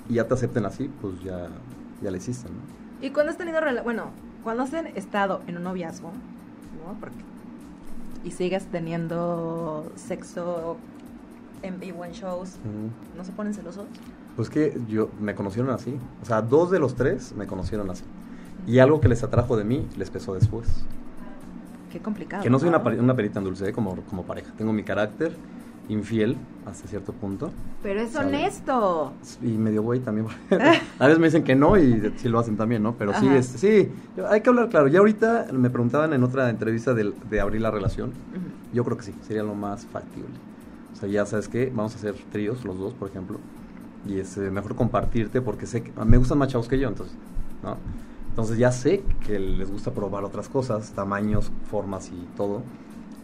y ya te acepten así, pues ya, ya le hiciste, ¿no?
Y cuando has tenido rela- bueno, cuando has en- estado en un noviazgo, ¿no? Porque- y sigues teniendo sexo en B1 shows, ¿no se ponen celosos?
Pues que yo, me conocieron así. O sea, dos de los tres me conocieron así. Y algo que les atrajo de mí les pesó después.
Qué complicado.
Que no soy una, pari- una perita en dulce ¿eh? como, como pareja. Tengo mi carácter infiel hasta cierto punto.
Pero es
Sabe.
honesto.
Y medio güey también. A veces me dicen que no y sí lo hacen también, ¿no? Pero sí,
Ajá.
este, sí, hay que hablar claro. Ya ahorita me preguntaban en otra entrevista del- de abrir la relación.
Ujú.
Yo creo que sí, sería lo más factible. O sea, ya sabes que vamos a hacer tríos, los dos, por ejemplo. Y es eh, mejor compartirte porque sé que me gustan más chavos que yo, entonces, ¿no? Entonces ya sé que les gusta probar otras cosas, tamaños, formas y todo.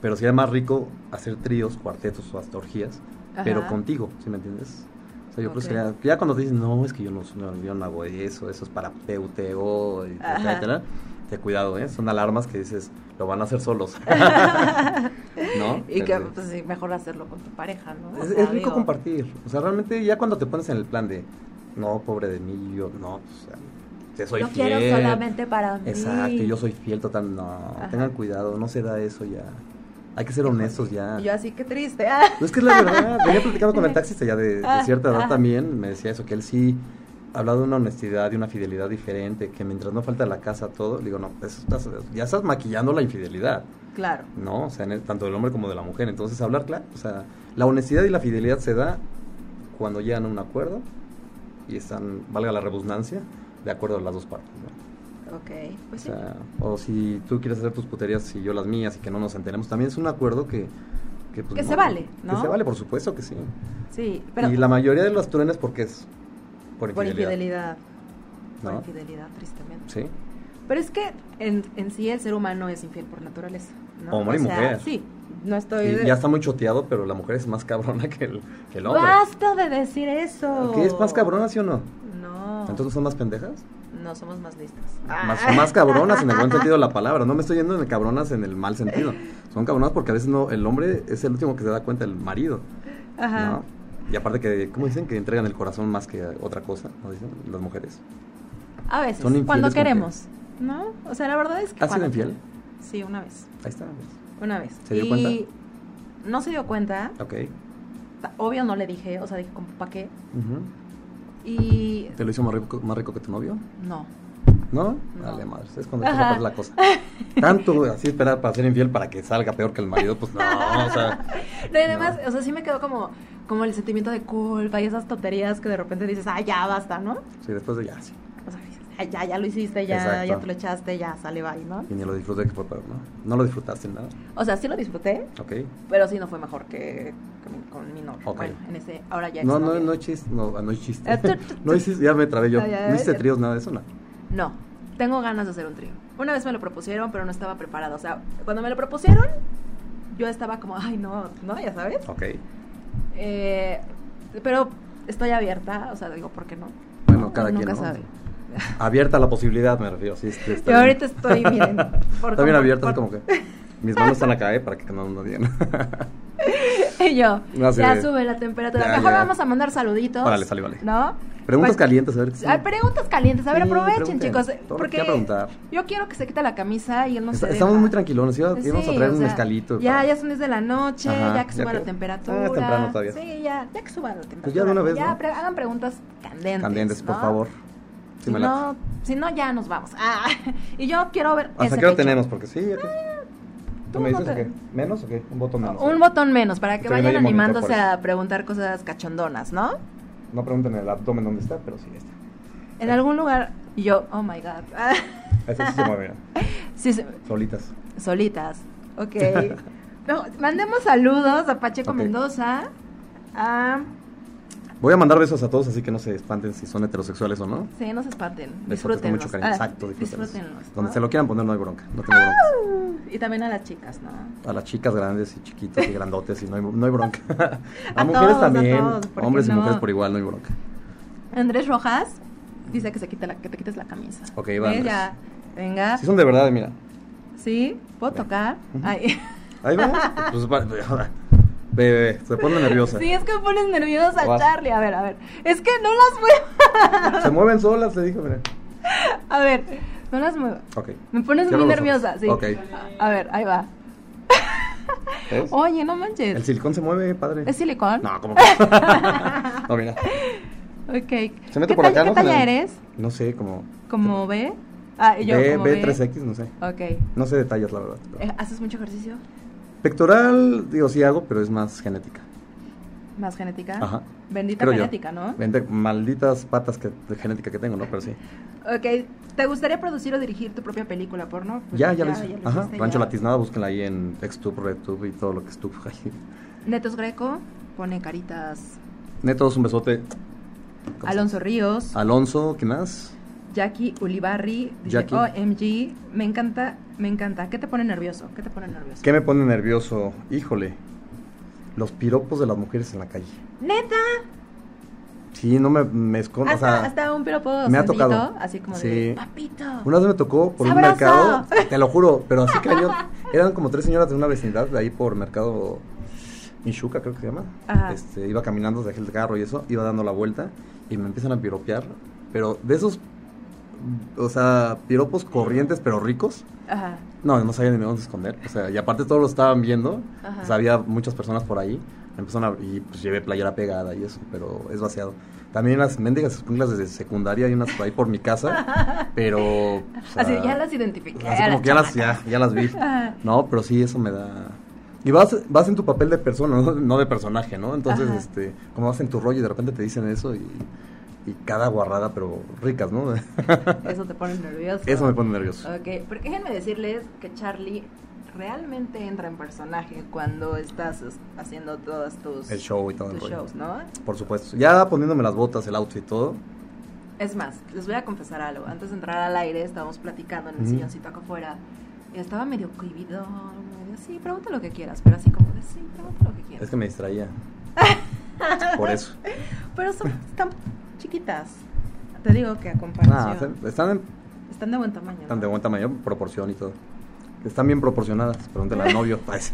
Pero sería más rico hacer tríos, cuartetos o hasta orgías, pero
Ajá. [laughs]
contigo, ¿sí me entiendes? O sea, yo creo que
Ok.
sería- ya cuando te dicen, no, es que yo no, no, yo no hago eso, eso es para PUTO, etcétera,
Ajá.
etcétera", te cuidado, ¿eh? Son alarmas que dices, lo van a
[laughs]
hacer solos. [laughs] ¿No?
Y que
Pero sí.
pues, sí, mejor hacerlo con tu pareja, ¿no? O
es,
sea,
es rico
digo,
compartir. O sea, realmente ya cuando te pones en el plan de, no, pobre de mí, yo no, o sea, te soy
Lo
fiel.
quiero solamente para mí.
Exacto, yo soy fiel total. No,
Ajá.
tengan cuidado, no se da eso ya. Hay que ser honestos ya.
Y yo así, qué [laughs] triste.
No, es que es la verdad. Venía platicando con el taxista ya de, de
Ah,
cierta edad
ah.
también. Me decía eso, que él sí hablaba de una honestidad y una fidelidad diferente. Que mientras no falta la casa, todo. le Digo, no, eso estás- ya estás maquillando la infidelidad,
Claro.
¿no? O sea, en el- tanto del hombre como de la mujer. Entonces, hablar claro. O sea, la honestidad y la fidelidad se da cuando llegan a un acuerdo y están, valga la redundancia, de acuerdo a las dos partes, ¿no?
Ok. Pues
O
sí.
sea, o si tú quieres hacer tus puterías y yo las mías y que no nos enteremos, también es un acuerdo que... Que, pues,
Que se vale, ¿no?
Que se vale, por supuesto que sí.
Sí, pero
y la mayoría de los truenes porque es por
por
infidelidad.
infidelidad. Por
¿no?
infidelidad, tristemente.
Sí.
Pero es que en, en sí el ser humano es infiel por naturaleza. ¿no?
Hombre y
O sea,
mujer.
Sí, no estoy...
Y
de-
ya está muy choteado, pero la mujer es más cabrona que el, que el hombre.
Basta de decir eso.
¿Qué es más cabrona, sí o no?
No. Ah.
¿Entonces son más pendejas?
No somos más listas.
Más, más
[laughs]
cabronas en el buen sentido de la palabra. No me estoy yendo en el cabronas en el mal sentido. Son cabronas porque a veces no, el hombre es el último que se da cuenta, el marido.
Ajá.
¿no? Y aparte que, ¿cómo dicen? Que entregan el corazón más que otra cosa, ¿no dicen? Las mujeres.
A veces,
Son infieles
cuando
con
queremos. ¿No? O sea, la verdad es que...
¿Has sido
cuando-
infiel?
Sí, una vez.
Ahí está. pues. ves.
Una vez.
¿Se dio
y
cuenta?
No se dio cuenta.
Ok.
Ta- Obvio no le dije, o sea, dije, como, ¿para qué?
Ujú.
Y...
¿Te lo hizo más rico, más rico que tu novio?
No.
¿No?
No.
Dale, madre. Es cuando empieza
Ajá.
a la cosa. Tanto así esperar para ser infiel para que salga peor que el marido, pues no. O sea,
No, y además, o sea, sí me quedó como, como el sentimiento de culpa y esas tonterías que de repente dices, ah, ya basta, ¿no?
sí, después de ya, sí.
O sea, dices, ah, ya, ya lo hiciste, ya,
Exacto.
ya te lo echaste, ya sale bye, ¿no?
Y ni lo disfruté que fue peor, ¿no? No lo disfrutaste nada.
O sea, sí lo disfruté,
Ok.
pero sí no fue mejor que, que mi- con mi novio.
Ok.
Bueno, en ese, ahora ya
No, no,
exnovio.
no chiste. No, ah, no chiste.
Eh, tú- tú-
[laughs] No hiciste, ya me trabé yo.
Ah, ya,
No hiciste
ya.
tríos, nada de eso, no.
No, tengo ganas de hacer un trío. Una vez me lo propusieron, pero no estaba preparada. O sea, cuando me lo propusieron, yo estaba como, ay, no, no, ya sabes.
Ok.
Eh, pero estoy abierta, o sea, digo, ¿por qué no?
Bueno, cada
Nunca
quien. ¿no?
sabe.
Abierta a la posibilidad, me refiero. Sí, este, está
Yo
bien.
ahorita estoy,
[laughs]
miren. por
Está bien
como-
abierta,
por-
así como que. Mis manos están acá, ¿eh? Para que no nos digan. [laughs]
[laughs] Y yo,
No sé.
ya sube la temperatura.
Ya,
Mejor
ya.
vamos a mandar saluditos.
Órale, sale, vale.
¿No?
Preguntas
Pues-
calientes, a ver.
Ay, preguntas calientes. A ver,
Sí,
aprovechen,
pregunten.
chicos.
Todo lo que
Porque
quieran preguntar.
yo quiero que se quite la camisa y él no
Está-
se
estamos
deja.
muy tranquilos. Iba, íbamos a
Sí,
traer
o
un
sea,
mezcalito.
Ya,
para-
ya son 10 de la noche,
Ajá,
ya que
ya
suba
que-
la temperatura.
Ah, es temprano todavía.
Sí, ya, ya que suba la temperatura.
Pues ya de una vez, ¿no?
pre- hagan preguntas candentes.
Candentes, por
¿no?
favor. Sí,
Si
me late.
no, si no, ya nos vamos. Ah, [laughs] y yo quiero ver.
¿Hasta
ese
qué hora
pecho.
tenemos? Porque sí. ya que- ¿Tú
tú
me
no
dices o
te-
qué? ¿Menos o qué? Un botón menos.
Un botón menos para que
Estoy viendo
vayan
ahí el monitor,
animándose
por eso.
a preguntar cosas cachondonas, ¿no?
No pregunten el abdomen dónde está, pero sí, ahí está.
En algún lugar Y yo, oh my God. [laughs]
Esas sí se mueven,
Sí, se-
solitas.
solitas.
[laughs]
Ok. No, mandemos saludos a Pacheco
Ok.
Mendoza.
Ah,
A...
Voy a mandar besos a todos, así que no se espanten si son heterosexuales o no.
Sí, no se espanten.
Besotes con
Disfrútenlos.
mucho cariño.
Ah,
Exacto, disfrútenlos.
disfrútenlos,
Donde
¿no?
se lo quieran poner no hay bronca, no tengo broncas.
Y también a las chicas, ¿no?
A las chicas grandes y chiquitas y grandotes y no hay, no
[laughs]
hay bronca. A,
A
mujeres
todos, a
también,
todos, ¿por qué
hombres y
no?
mujeres por igual, no hay bronca.
Andrés Rojas dice que, se quita la, que te quites la camisa.
Ok, va,
Ves, ya. Venga.
Si son de verdad, mira.
Sí, puedo tocar. Ay.
Ahí vamos. Pues, va- Bebé, se pone
[laughs]
nerviosa.
Sí, es que pones nerviosa a
Vas.
Charlie. A ver, a ver. Es que no las muevo.
Se mueven solas, te dijo, mira.
A ver, no las muevo.
Ok.
Me pones
Cierra
muy
los
nerviosa,
ojos.
sí.
Ok.
A ver, ahí va.
¿Ves?
Oye, no manches.
El silicón se mueve, padre.
¿Es silicón?
No, como que.
[laughs]
no, mira.
Ok.
Se mete
¿Qué
por
talla-
acá,
¿Qué
¿no?
talla
Se le-
eres?
No sé, como.
¿Como B? Ah, y yo
B,
como B.
B3X, no sé.
Ok.
No sé detalles, la verdad.
Eh, ¿Haces mucho ejercicio?
Pectoral, digo, sí hago, pero es más genética.
¿Más genética?
Ajá.
Bendita
Creo yo.
genética, ¿no?
Vente, malditas patas que, de genética que tengo, ¿no? Pero sí.
Pues Ok. ¿Te gustaría producir o dirigir tu propia película porno? Pues
Ya, ya, lo hice.
ya
Ajá.
hiciste,
Rancho
ya.
Latiznada, búsquenla ahí en Xtube, RedTube y todo lo que [laughs] estuvo ahí.
Netos Greco pone caritas.
Netos, un besote.
Alonso Ríos.
Ah. Alonso, ¿qué más?
Jackie Ulibarri. Dice,
Jackie.
OMG. Me encanta, me encanta. ¿Qué te pone nervioso? ¿Qué te pone nervioso?
¿Qué me pone nervioso? Híjole. Los piropos de las mujeres en la calle.
¿Neta?
Sí, no me, me escondo.
Hasta,
o sea,
hasta un piropo
me ha
sandito,
tocado.
así como
Sí.
de, papito.
Una vez me tocó por un
¡Sabroso! [laughs]
mercado, te lo juro, pero así cañón. Eran como tres señoras de una vecindad de ahí por mercado Michuca, creo que se llama.
Ajá.
Este, iba caminando, dejé el carro y eso, iba dando la vuelta y me empiezan a piropear. Pero de esos, o sea, piropos corrientes pero ricos.
Ajá.
No, no sabía ni dónde esconder. O sea, y aparte todos lo estaban viendo.
Ajá.
O sea, había muchas personas por ahí. Empezaron a, y pues llevé playera pegada y eso, pero es vaciado. También las mendigas escuinclas desde secundaria hay unas por ahí por
[laughs]
mi casa, pero... o sea,
así ya las identifiqué.
así como que ya las, ya,
[laughs]
ya las vi.
Ajá.
No, pero sí, eso me da... Y vas, vas en tu papel de persona, no, No de personaje, ¿no? Entonces,
Ajá.
este, como vas en tu rollo y de repente te dicen eso y, y cada guarrada, pero ricas, ¿no? [laughs]
Eso te pone nervioso.
eso me pone nervioso.
Ok, porque déjenme decirles que Charlie realmente entra en personaje cuando estás es- haciendo todas tus,
El show y todo el
tus
rollo.
shows, ¿no?
Por supuesto. Ya poniéndome las botas, el outfit y todo.
Es más, les voy a confesar algo. Antes de entrar al aire estábamos platicando en el
Ujú.
silloncito acá afuera. Y estaba medio cohibido, medio sí, pregunta lo que quieras, pero así como de sí, pregunta lo que quieras.
Es que me
[laughs]
distraía. Por eso.
Pero son tan chiquitas. Te digo que a
Ah,
comparación.
se- están, en-
Están de buen tamaño. ¿no?
están de buen tamaño, proporción y todo. Están bien proporcionadas. Pregúntale
[laughs]
al novio. pues.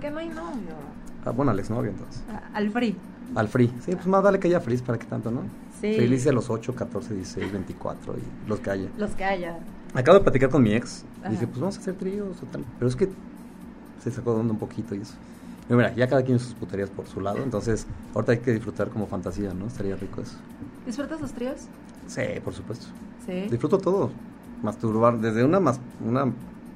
Que no hay novio.
ah, bueno, al exnovio entonces.
A- Al free.
Al free. Sí, pues más dale que haya free para que tanto, ¿no?
Sí.
Free dice los 8, 14, 16, 24 y los que haya.
Los que haya.
Acabo de platicar con mi ex.
Ajá.
Dije, pues vamos a hacer tríos o tal. Pero es que se sacó de onda un poquito y eso. Y mira, ya cada quien sus puterías por su lado. Entonces, ahorita hay que disfrutar como fantasía, ¿no? Estaría rico eso.
¿Disfrutas los tríos?
Sí, por supuesto.
Sí.
Disfruto todo. Masturbar, desde una, mas- una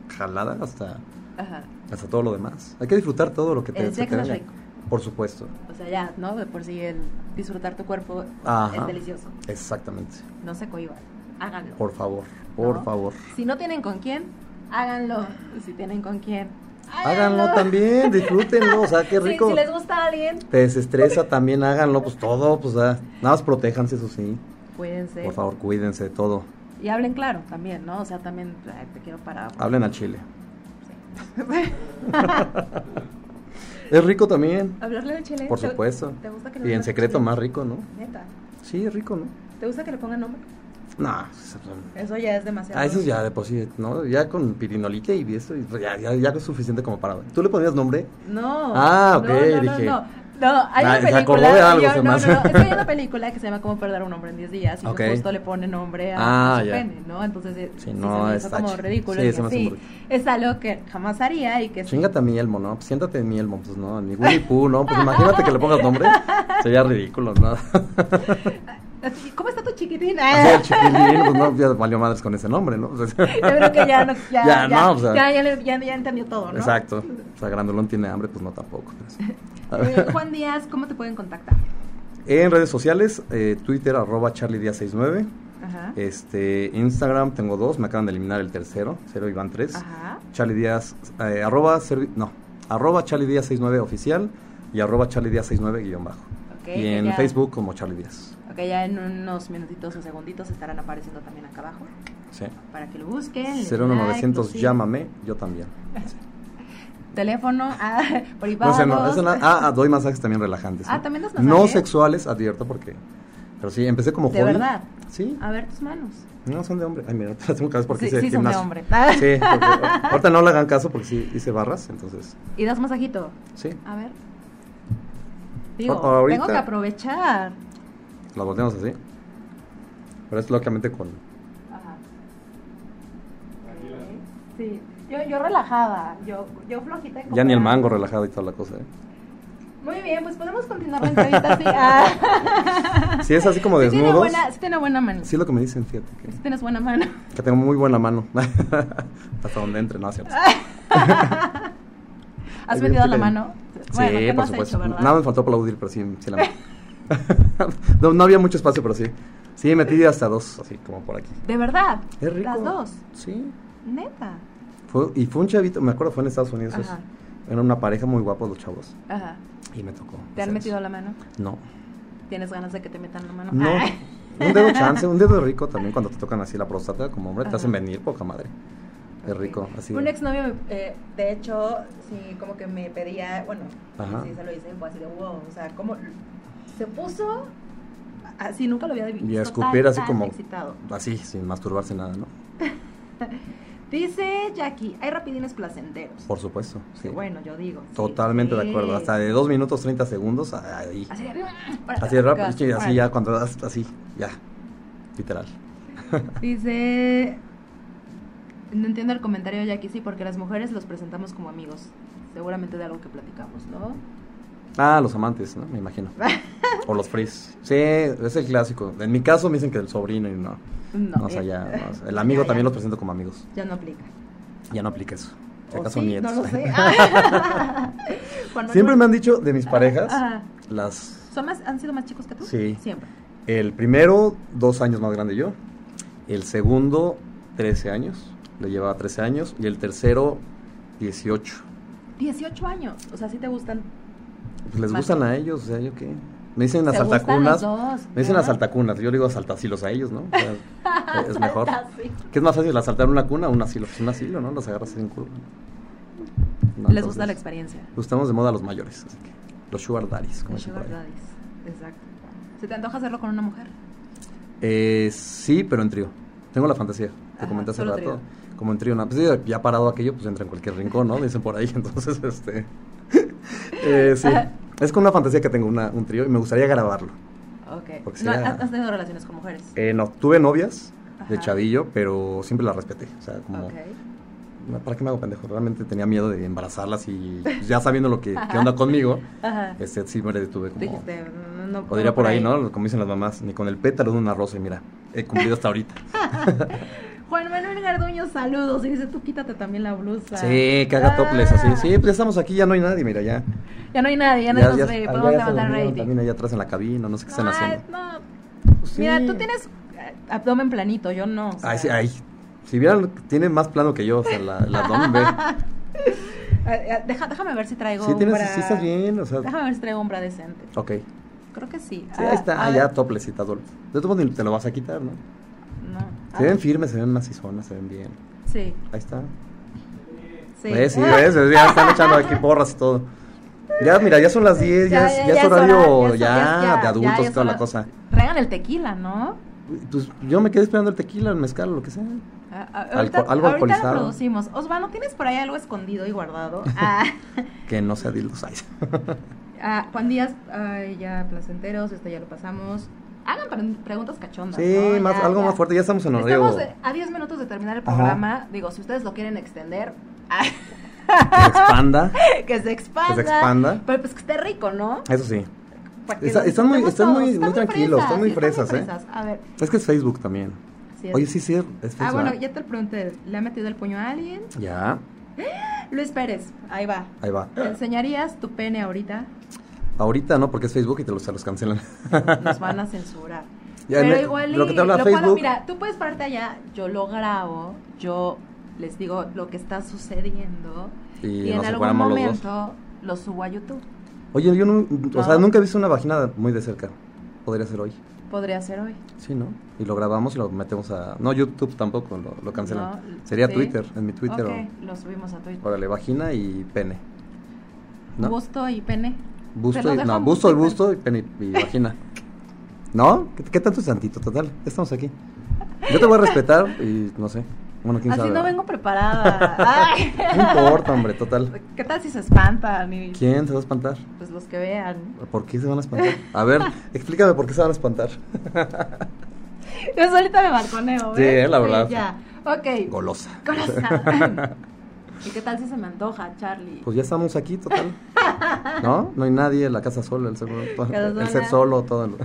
jalada hasta,
Ajá.
hasta todo lo demás. Hay que disfrutar todo lo que te
El
se te
sexo es
venga.
rico.
Por supuesto.
O sea, ya, ¿no? De por sí el disfrutar tu cuerpo
Ajá.
es delicioso.
Exactamente.
No se cohiban. Háganlo.
Por favor, por
¿No?
favor.
Si no tienen con quién, háganlo. Si tienen con quién, háganlo.
Háganlo también, disfrútenlo, o sea, qué
[laughs] Sí,
rico.
si les gusta a alguien,
Te desestresa también, háganlo, pues todo, pues ah, nada más protéjanse, eso sí.
cuídense.
Por favor, cuídense de todo.
Y hablen claro también, ¿no? O sea, también ay, te quiero para.
Hablen al chile. es rico también,
[laughs] Hablarle al chile.
por
¿Te-
supuesto.
¿Te gusta que le
Y en
pongan
secreto
chile?
más rico, ¿no?
Neta.
Sí, es rico, ¿no?
¿Te gusta que le pongan nombre?
No,
Eso ya es demasiado.
a Ah, eso ya de por sí, ¿no? Ya con pirinolite y esto, y ya, ya, ya es suficiente como para... ¿Tú le pondrías nombre?
No.
Ah, ok,
no, no, no,
dije.
No, no, hay
Ah,
una
se
película.
acordó de algo,
yo-
se
no,
me
no,
hace.
no, es que hay una película que se llama Cómo perder a un hombre en 10 días. Y
Ok.
que justo le pone nombre a,
Ah,
a su
ya.
pene, ¿no? Entonces, eh,
Sí,
sí,
no,
se me hizo
está
como
ch-
ridículo.
sí,
y
se me hace
dije,
muy
sí, es algo que jamás haría y que. sí.
Chingate a mi elmo, ¿no? Pues siéntate en mi elmo, pues no, ni Winnie Pooh, ¿no? Pues imagínate que le pongas nombre, sería ridículo, ¿no? [laughs]
Así, ¿Cómo está tu chiquitín? Ah.
Así el chiquilín, pues no, ya valió madres con ese nombre, ¿no? [laughs]
[laughs]
Pues,
Yo creo que ya no. Ya,
[laughs] Ya, no, o sea.
ya, ya, le- ya, ya entendió todo, ¿no?
Exacto. O sea, Grandolón tiene hambre, pues no tampoco. pero sí. A
Eh,
ver.
Juan Díaz, ¿cómo te pueden contactar?
En redes sociales, eh, Twitter, arroba charlidia69,
Ajá.
Este, Instagram tengo dos, me acaban de eliminar el tercero, cero Iván tres.
Ajá.
Charlie Díaz, eh, arroba, servi- no, arroba Charlie Díaz 69 oficial y arroba Charlie Díaz 69 guión bajo.
Ok,
y en
ya-
Facebook como Charlie Díaz.
Ok, ya en unos minutitos o segunditos estarán apareciendo también acá abajo
Sí.
para que lo busquen. le den like,
01900
pues, sí.
llámame, yo también.
Teléfono, [laughs] ah, privado.
No sé, no, eso no- ah, ah, doy masajes también relajantes.
Ah, ¿también das
No
masaje?
sexuales, advierto porque. Pero sí, empecé como
¿De
hobby.
verdad?
Sí,
A ver tus manos.
no son de hombre. Ay, mira, [laughs] las tengo que ver porque
Sí,
hice
sí son de
gimnasio.
hombre. Ah.
Sí, porque ahor- ahorita no le hagan caso porque sí hice barras, entonces.
Y das masajito.
Sí,
A ver. Digo,
A- Oh, ahorita-
tengo que aprovechar.
las volteamos así. Pero es lógicamente con.
Ajá. Sí, yo, yo relajada, yo, yo flojita. y
Ya ni el
cooperada.
mango relajado y toda la cosa, ¿eh?
Muy bien, pues podemos continuar la entrevista así.
[laughs]
Ah.
Sí, es así como
Sí tiene
desnudos.
buena, sí tiene buena mano.
Sí, es lo que me dicen, fíjate. Que,
Sí tienes buena mano. [laughs]
que tengo muy buena mano. [laughs] Hasta donde entre, ¿no? ¿Cierto?
¿Has
Evidentemente.
metido la mano? Bueno,
sí,
¿qué no
por
has
supuesto.
hecho, verdad?
Nada me faltó aplaudir, pero sí, sí la metí. [laughs] no, no había mucho espacio, pero sí. Sí, metí hasta dos, así como por aquí.
De verdad.
Es rico.
Las dos.
Sí.
Neta.
Fue- y fue un chavito, me acuerdo, fue en Estados Unidos. es-
Ajá.
eran una pareja muy guapos los chavos.
Ajá.
Y me tocó.
¿Te han
hacer
metido
eso.
la mano?
No.
¿Tienes ganas de que te metan la mano? Ah.
No.
Ay.
Un dedo chance, un dedo rico también cuando te tocan así la próstata, como hombre, te
Ajá.
hacen venir, poca madre. Es rico, así.
Un exnovio, me- eh, de hecho, sí, como que me pedía, bueno,
Ajá.
sí se lo hice, fue así de wow, o sea, como se puso así, nunca lo había visto.
Y a escupir
tan,
así
tan
como.
excitado.
Así, sin masturbarse nada, ¿no?
Dice Jackie, hay rapidines placenteros.
Por supuesto. Sí.
Bueno, yo digo. sí,
Totalmente de
sí.
acuerdo. Hasta de 2 minutos 30 segundos ahí.
Así de arriba.
Así de rápido,
Gas,
sí, así
órale.
ya cuando das así, ya. Literal.
Dice. No entiendo el comentario de Jackie, sí, porque las mujeres los presentamos como amigos. Seguramente de algo que platicamos, ¿no?
Ah, los amantes, ¿no?
[laughs]
Me imagino. O los fris. Sí, es el clásico. En mi caso me dicen que el sobrino y no.
No.
No, o sea,
eh,
ya. no, o sea, el
[laughs]
amigo
Ya, ya.
también los presento como amigos.
Ya no aplica.
Ya no aplica eso. Si
¿O
acaso
Oh, sí?
nietos.
No lo
[laughs]
sé. [laughs] Ah, Cuando
Siempre
yo-
me han dicho de mis parejas,
Ajá.
las
¿Son más, ¿Han sido más chicos que tú?
Sí.
Siempre.
el primero, dos años más grande yo. El segundo, 13 años. Le llevaba 13 años. Y el tercero, 18.
18 años. O sea, sí te gustan.
Pues les
Más.
gustan a ellos, o sea, yo qué. Me dicen las
¿Te gustan los
altacunas.
dos?
Me dicen
¿no?
las altacunas, yo le digo asaltacilos a ellos, ¿no?
[laughs]
O sea, es mejor.
Así.
¿Qué es más fácil, asaltar una cuna o un asilo? Pues un asilo, ¿no? Los agarras en curva. No,
Les gusta
entonces,
la experiencia.
Gustamos de moda los mayores, así que los sugar daddies, como
Los
dicen por
sugar
ahí.
daddies. Exacto. ¿Se te antoja hacerlo con una mujer?
Eh, sí, pero en trío. Tengo la fantasía, te
Ajá,
comenté hace
solo
rato.
trío.
Como en trío, na- pues sí, ya parado aquello, pues entra en cualquier rincón, ¿no? Dicen por ahí, [laughs] entonces, este... eh, sí,
Ajá.
es con una fantasía que tengo una- un trío y me gustaría grabarlo.
Ok.
Porque
No,
sería-
¿Has has tenido relaciones con mujeres?
Eh, no, tuve novias de
Ajá.
chavillo, pero siempre las respeté. O sea, como,
Ok.
¿para qué me hago pendejo? Realmente tenía miedo de embarazarlas y pues, ya sabiendo lo que qué onda conmigo,
Ajá.
este, sí me detuve como...
Dijiste, no, no
O diría por ahí, ¿no? Como dicen las mamás, ni con el pétalo de una rosa, y mira, he cumplido hasta ahorita.
Juan Manuel Garduño, saludos. Y dice, tú quítate también la blusa.
Sí, que haga
Ah.
toples así. Sí, pues ya estamos aquí, ya no hay nadie, mira, ya.
Ya no hay nadie, ya no nos ve. pues
ah,
Podemos
ya se
levantar
durmieron
rating.
También allá atrás en la cabina, no sé qué están
Ay,
haciendo.
no.
Pues sí.
Ah, Mira, tú tienes eh, abdomen planito, yo no. o sea.
Ay, sí, ay. Si vieran, lo que- tiene más plano que yo, o sea, la, el
[laughs]
abdomen ve.
Eh, eh, deja- déjame ver si traigo
Sí, tienes,
un bra-
sí estás bien, o sea.
Déjame ver si traigo un bra decente.
Ok.
Creo que sí.
Sí,
Ah,
ahí está,
a
ah, ya
ver.
toplecita, doble. De todos modos ni te lo vas a quitar, ¿no?
No.
Se
Ah,
ven firmes, se ven macizonas, se ven bien.
Sí,
Ahí está.
sí.
¿Ves? Sí,
Ah,
ves, ves, ya están echando aquí porras y todo. Ya, mira, ya son las 10, ya, es- ya, es horario
hora,
ya,
es- ya,
de adultos
ya
y
es
toda la
hora.
cosa.
Traigan el tequila, ¿no?
Pues yo me quedé esperando el tequila, el mezcal, lo que sea.
Ah, ah, ahorita,
Alco- algo
ahorita lo
alcoholizado.
producimos. Osvaldo, ¿tienes por ahí algo escondido y
[laughs]
guardado? Ah,
Que no sea dildos. Ay,
ah, Juan Díaz, ay, ya placenteros, esto ya lo pasamos. Hagan pre- preguntas cachondas.
Sí,
¿no?
más,
Ya,
algo
ya.
más fuerte, ya estamos en horario.
Estamos eh, a 10 minutos de terminar el
Ajá.
programa. Digo, si ustedes lo quieren extender, ah, [laughs]
Que expanda.
que se expanda.
Que se expanda.
Pero pues que esté rico, ¿no?
Eso sí.
Para que
Está-
nos
están muy-
juntemos
están muy-
todos.
muy tranquilos, están muy
sí,
fresas, ¿eh?
A ver,
Es que es Facebook también.
sí es-
Oye, sí, sí, es Facebook.
Ah, bueno,
¿verdad?
ya te lo pregunté. ¿Le ha metido el puño a alguien?
Ya,
Luis Pérez, ahí va.
ahí va.
¿Te enseñarías tu pene ahorita?
Ahorita no, porque es Facebook y te los, se los cancelan. [laughs]
Nos van a censurar.
Ya,
pero
me-
igual y
lo que te habla
lo puedo-
Facebook.
mira, tú puedes pararte allá, yo lo grabo, yo les digo lo que está sucediendo
Y
y, en
nos
algún
separamos los dos.
momento lo subo a YouTube.
Oye, yo no, o
No.
sea, nunca he visto una vagina muy de cerca. Podría ser hoy.
Podría ser hoy.
Sí, ¿no? Y lo grabamos y lo metemos a... No, YouTube tampoco, lo, lo cancelan.
No,
Sería
sí.
Twitter, en mi Twitter.
ok, lo subimos a Twitter.
O, órale, vagina y pene. ¿No?
Busto y pene. Te
Busto
lo
y, no,
dejamos,
busto y
sí, pues.
busto y pene y vagina. ¿No? ¿Qué, qué tanto es tantito? Total, ya estamos aquí. Yo te voy a respetar y no sé. Bueno, quién
Así
sabe.
no vengo preparada. Ay.
[laughs] No importa, hombre, total.
¿Qué tal si se espantan? Y,
¿Quién se va a espantar?
Pues los que vean.
¿Por qué se van a espantar? A ver, explícame por qué se van a espantar.
Yo solita Pues me balconeo,
Sí,
¿eh?
la verdad.
ya. Ok.
Golosa. [laughs]
Corazón. ¿Y qué tal si se me antoja, Charlie?
Pues ya estamos aquí, total. ¿No? No hay nadie, la casa sola, el, seguro, todo-
Casa
el
sola.
ser solo, todo. lo-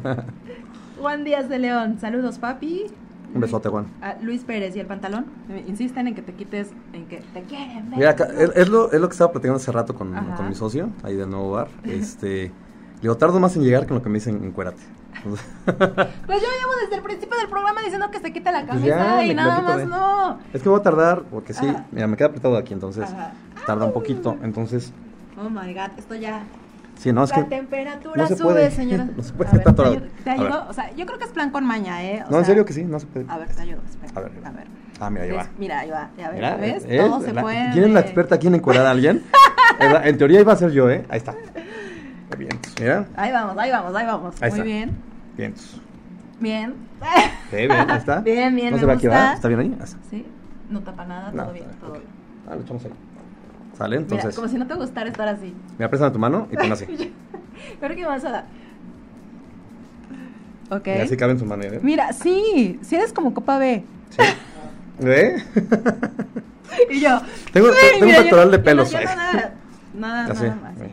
Juan Díaz de León, saludos, papi.
Un besote, Juan.
A Luis Pérez y el pantalón. eh, Insisten en que te quites, en que te quieren. ver.
Mira, acá- es, es lo, es lo que estaba platicando hace rato con,
Ajá.
con mi socio, ahí del nuevo bar. Este, le digo, tardo más en llegar que en lo que me dicen encuérate. Entonces, [laughs]
Pues yo llevo desde el principio del programa diciendo que se quita la
Pues
camisa
ya,
y
me
nada
quito,
más
ve.
no.
es que voy a tardar, porque sí,
Ajá.
mira, me queda apretado aquí, entonces
Ajá.
tarda un poquito. Entonces,
Oh my god, esto ya.
sí, no, es
la
que.
temperatura
no se
sube,
puede.
señora.
[laughs] No se puede,
A ver, ¿te
está atorado.
ayudo? ¿Te
A ver.
ayudo? O sea, yo creo que es plan con maña, ¿eh? O
No, en
sea,
serio que sí, no se puede.
A ver, te ayudo, espera.
A ver,
A ver.
Ah, mira, ahí
¿Ves?
va.
Mira, ahí va. Ya ves,
Mira,
¿ves?
es-
Todo
es
se
la-
puede.
¿Quién es la experta aquí en encuerar
[laughs]
a alguien? En la- en teoría iba a ser yo, ¿eh? Ahí está. Bien, mira.
Ahí vamos, ahí vamos, ahí vamos.
Ahí
Muy
está.
bien.
Bien.
[laughs] Bien.
Sí, bien, ahí está.
[laughs] Bien, bien,
No
me
se va aquí,
gusta.
¿verdad? ¿Está bien ahí? Ahí está.
Sí, no tapa nada,
No,
todo bien,
está
todo
bien,
bien.
ok. Ah, lo echamos ahí. Sale,
Mira,
entonces.
como si no te gustara estar así.
Mira, préstame tu mano
[laughs]
y pon así.
Creo que me vas a dar. Ok.
Y así cabe en su ¿eh? mano, ¿ya ven?
Mira, sí, si eres como copa B.
Sí. ¿Ve?
[laughs] Y yo.
Tengo-
"Güey,
tengo un
mira, yo-
pectoral
yo
de
no-
pelos,
yo no
eh.
nada,
[laughs]
nada,
Así.
nada más.
ve.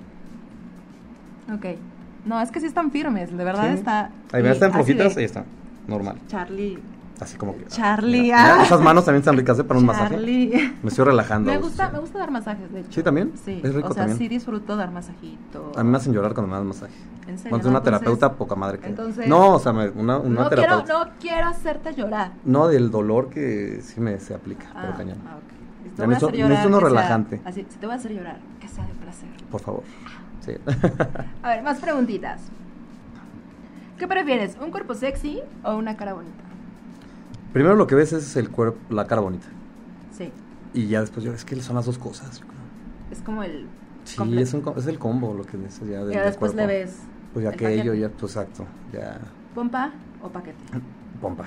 Ok. No, es que sí están firmes, de verdad
Sí.
está.
Ahí
y
ven, están
así
flojitas,
de,
ahí está. Normal.
Charlie.
Así como que.
Charlie,
Mira, mira,
ah.
Esas manos también están ricas ¿eh? para un masaje.
Charlie.
Me estoy
[laughs]
relajando.
Me
sí.
gusta, me gusta dar masajes, de hecho.
Sí, también.
Sí,
Es rico
o sea,
también.
sí disfruto dar masajito.
A mí me hacen llorar cuando me dan masaje.
En serio,
Cuando es
¿no?
una
Entonces-
terapeuta poca madre que.
entonces-
no, o sea, me- una, una
no, quiero,
terapeuta.
no quiero hacerte llorar.
No, del dolor que sí me se aplica, pero cañón.
ah, ok. Si te
Ya
voy a
necesito-
hacer llorar,
necesito uno
que sea-
relajante.
así, si te voy a hacer llorar, que sea de placer.
Por favor. Sí. [laughs]
A ver, más preguntitas. ¿Qué prefieres, un cuerpo sexy o una cara bonita?
Primero lo que ves es el cuerpo, la cara bonita.
Sí,
Y ya después yo, es que son las dos cosas. yo creo.
es como el.
Sí,
completo.
es, un co- es el combo lo que necesitas ya del
Ya
del
después le
cuerpo.
ves.
Pues ya
el
aquello,
paquete.
ya, pues exacto. Ya.
¿Pompa o paquete?
Pompa.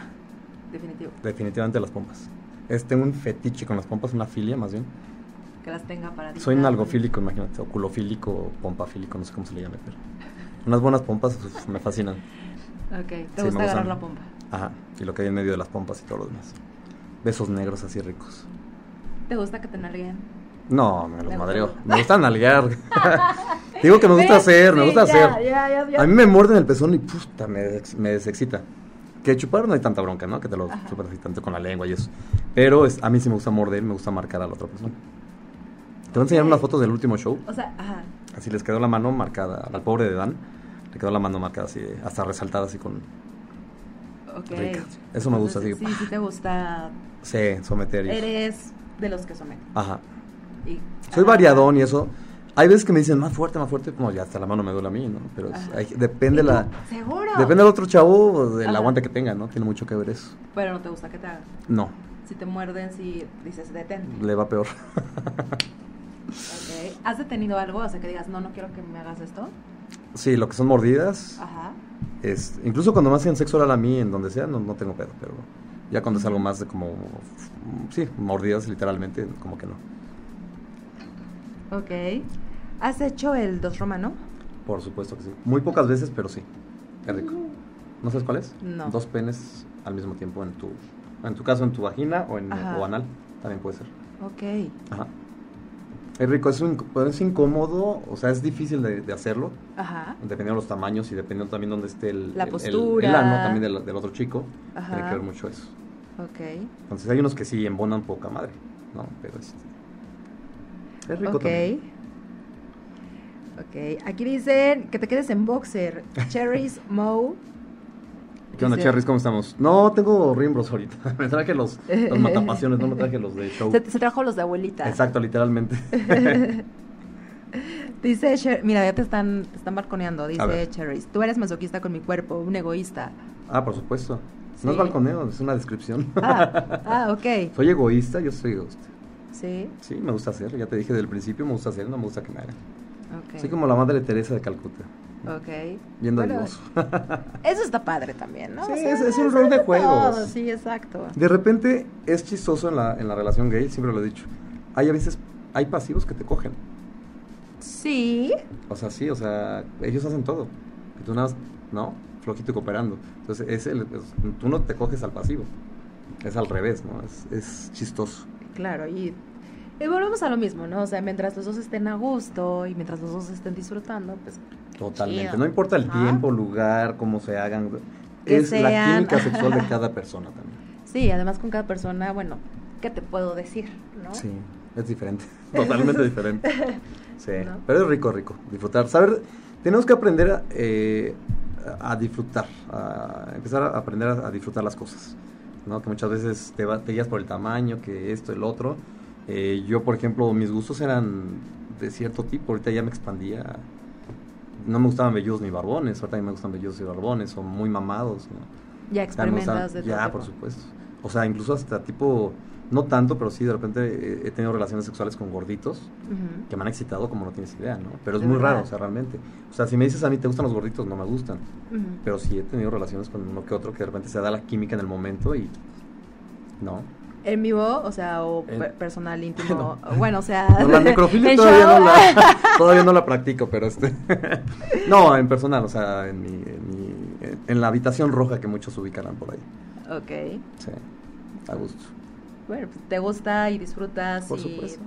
Definitivo.
Definitivamente las pompas. Es, tengo un fetiche con las pompas, una filia más bien.
Que las tenga para ti.
Soy nalgofílico, imagínate, o culofílico, o pompafílico, no sé cómo se le llame, pero unas buenas pompas uf, me fascinan.
Ok, te
Sí, me
gusta agarrar
gustan.
la pompa.
Ajá, y lo que hay en medio de las pompas y todo lo demás. Besos negros así ricos.
¿Te gusta que te nalguen?
No, me los
Me
madreo.
gusta.
Me
[laughs]
gusta nalgar. Digo que me gusta
¿Ves?
hacer, me
Sí,
gusta
ya,
hacer.
ya, ya, ya.
A mí me muerden el pezón y puta, me, des- me desexcita. Que chupar no hay tanta bronca, ¿no? Que te lo
Ajá.
chupas así tanto con la lengua y eso. Pero es- a mí sí me gusta morder y me gusta marcar a la otra persona. Te voy a enseñar
Ok.
unas fotos del último show.
O sea, ajá.
Así les quedó la mano marcada. Al pobre de Dan le quedó la mano marcada así, de- hasta resaltada así con...
Ok.
Rica. Eso me gusta, así
Entonces,
que,
Sí, sí te gusta.
Sí, someter y eso.
Eres de los que someten.
Ajá.
Y- ajá.
Soy variadón y eso. Hay veces que me dicen más fuerte, más fuerte. No, ya hasta la mano me duele a mí, ¿no? Pero es-
Ajá.
hay-
¿Y
depende
tú?
la...
Seguro.
Depende del otro chavo, pues, del
Ajá.
aguante que tenga, ¿no? Tiene mucho que ver eso.
Pero no te gusta que te hagan.
No,
Si te muerden, si dices detente.
le va peor.
Ok. ¿Has detenido algo? O sea, que digas, no, no quiero que me hagas esto.
sí, lo que son mordidas.
Ajá.
Es, incluso cuando me hacen sexo oral a mí, en donde sea, no, no tengo pedo. Pero ya cuando es algo más de como... Sí, mordidas literalmente, como que no.
Ok. ¿Has hecho el dos romano?
Por supuesto que sí. Muy pocas veces, pero sí. Qué rico. ¿No sabes cuál es?
No.
Dos penes al mismo tiempo en tu... En tu caso, en tu vagina o en
Ajá.
o anal. También puede ser.
Ok.
Ajá. Es rico, es, un- es incómodo, o sea, es difícil de, de hacerlo,
Ajá.
dependiendo de los tamaños y dependiendo también dónde esté el,
La
el- el-
postura.
el ano también del, del otro chico.
Ajá.
Tiene que ver mucho eso.
Ok.
Entonces hay unos que sí embonan poca madre, ¿no? Pero este, es rico
Ok.
también. [laughs]
Ok. Aquí dicen que te quedes en boxer. Cherries Moe.
¿Qué onda,
Sí.
Cherries? ¿Cómo estamos? No, tengo rimbros ahorita. [laughs] Me traje los,
[laughs]
los matapasiones, no me traje los de show.
Se, se trajo los de abuelita. [laughs]
Exacto, literalmente. [laughs]
Dice Cher- mira, ya te están, te están balconeando, dice
ver.
Cherries. Tú eres masoquista con mi cuerpo, un
[laughs]
egoísta.
Ah, por supuesto.
Sí.
No es balconeo, es una descripción.
Ah, ah, ok.
[laughs] Soy egoísta, yo soy egoísta.
Sí,
Sí, me gusta hacer, ya te dije del principio, me gusta hacer, no me gusta que me hagan.
ok.
Soy como la madre Teresa de Calcuta,
Ok.
viendo
Bueno,
a Dios. [laughs]
Eso está padre también, ¿no?
Sí, es- es un rol de
todo,
juegos.
Sí, exacto.
De repente es chistoso en la, en la relación gay, siempre lo he dicho. Hay a veces, hay pasivos que te cogen.
Sí.
O sea, sí, o sea, ellos hacen todo. Y tú nada más, no, flojito y cooperando. Entonces, es el- es- tú no te coges al pasivo. Es al revés, ¿no? Es, es chistoso.
Claro, y, y volvemos a lo mismo, ¿no? O sea, mientras los dos estén a gusto y mientras los dos estén disfrutando, pues
Totalmente.
Chido.
No importa el
Ah.
tiempo, lugar, cómo se hagan.
Que
es la
sean.
química sexual
[laughs]
de cada persona también.
sí, además con cada persona, bueno, ¿qué te puedo decir, no?
Sí, es diferente.
[laughs]
Totalmente diferente. Sí.
¿No?
Pero es rico, rico. Disfrutar. Saber, tenemos que aprender a, eh, a a disfrutar. A empezar a aprender a, a disfrutar las cosas. ¿no? Que muchas veces te, va- te guías por el tamaño, que esto, el otro. Eh, yo, por ejemplo, mis gustos eran de cierto tipo. Ahorita ya me expandía. No me gustaban velludos ni barbones. Ahorita ya me gustan velludos y barbones. O muy mamados.
Ya
¿no? Ya, no, o sea,
experimentas de
ya,
todo
por
tipo.
supuesto. O sea, incluso hasta tipo, no tanto, pero sí, de repente eh, he tenido relaciones sexuales con gorditos
Ujú.
que me han excitado como no tienes idea, ¿no? Pero es
De
muy
verdad.
raro, o sea, realmente. O sea, si me dices a mí, ¿te gustan los gorditos? No me gustan.
Ujú.
Pero sí he tenido relaciones con uno que otro que de repente se da la química en el momento y... No.
En vivo, o sea, o
En-
per- personal íntimo,
[laughs] No.
o bueno, o sea,
No, la
[laughs]
necrofilia
en
todavía
Ah. show. [laughs]
no, la, todavía no la practico, pero este... [laughs] no, en personal, o sea, en, mi- en mi- en- en la habitación roja que muchos ubicarán por ahí.
Ok.
Sí, a gusto.
Bueno, pues te gusta y disfrutas
Por
y,
supuesto.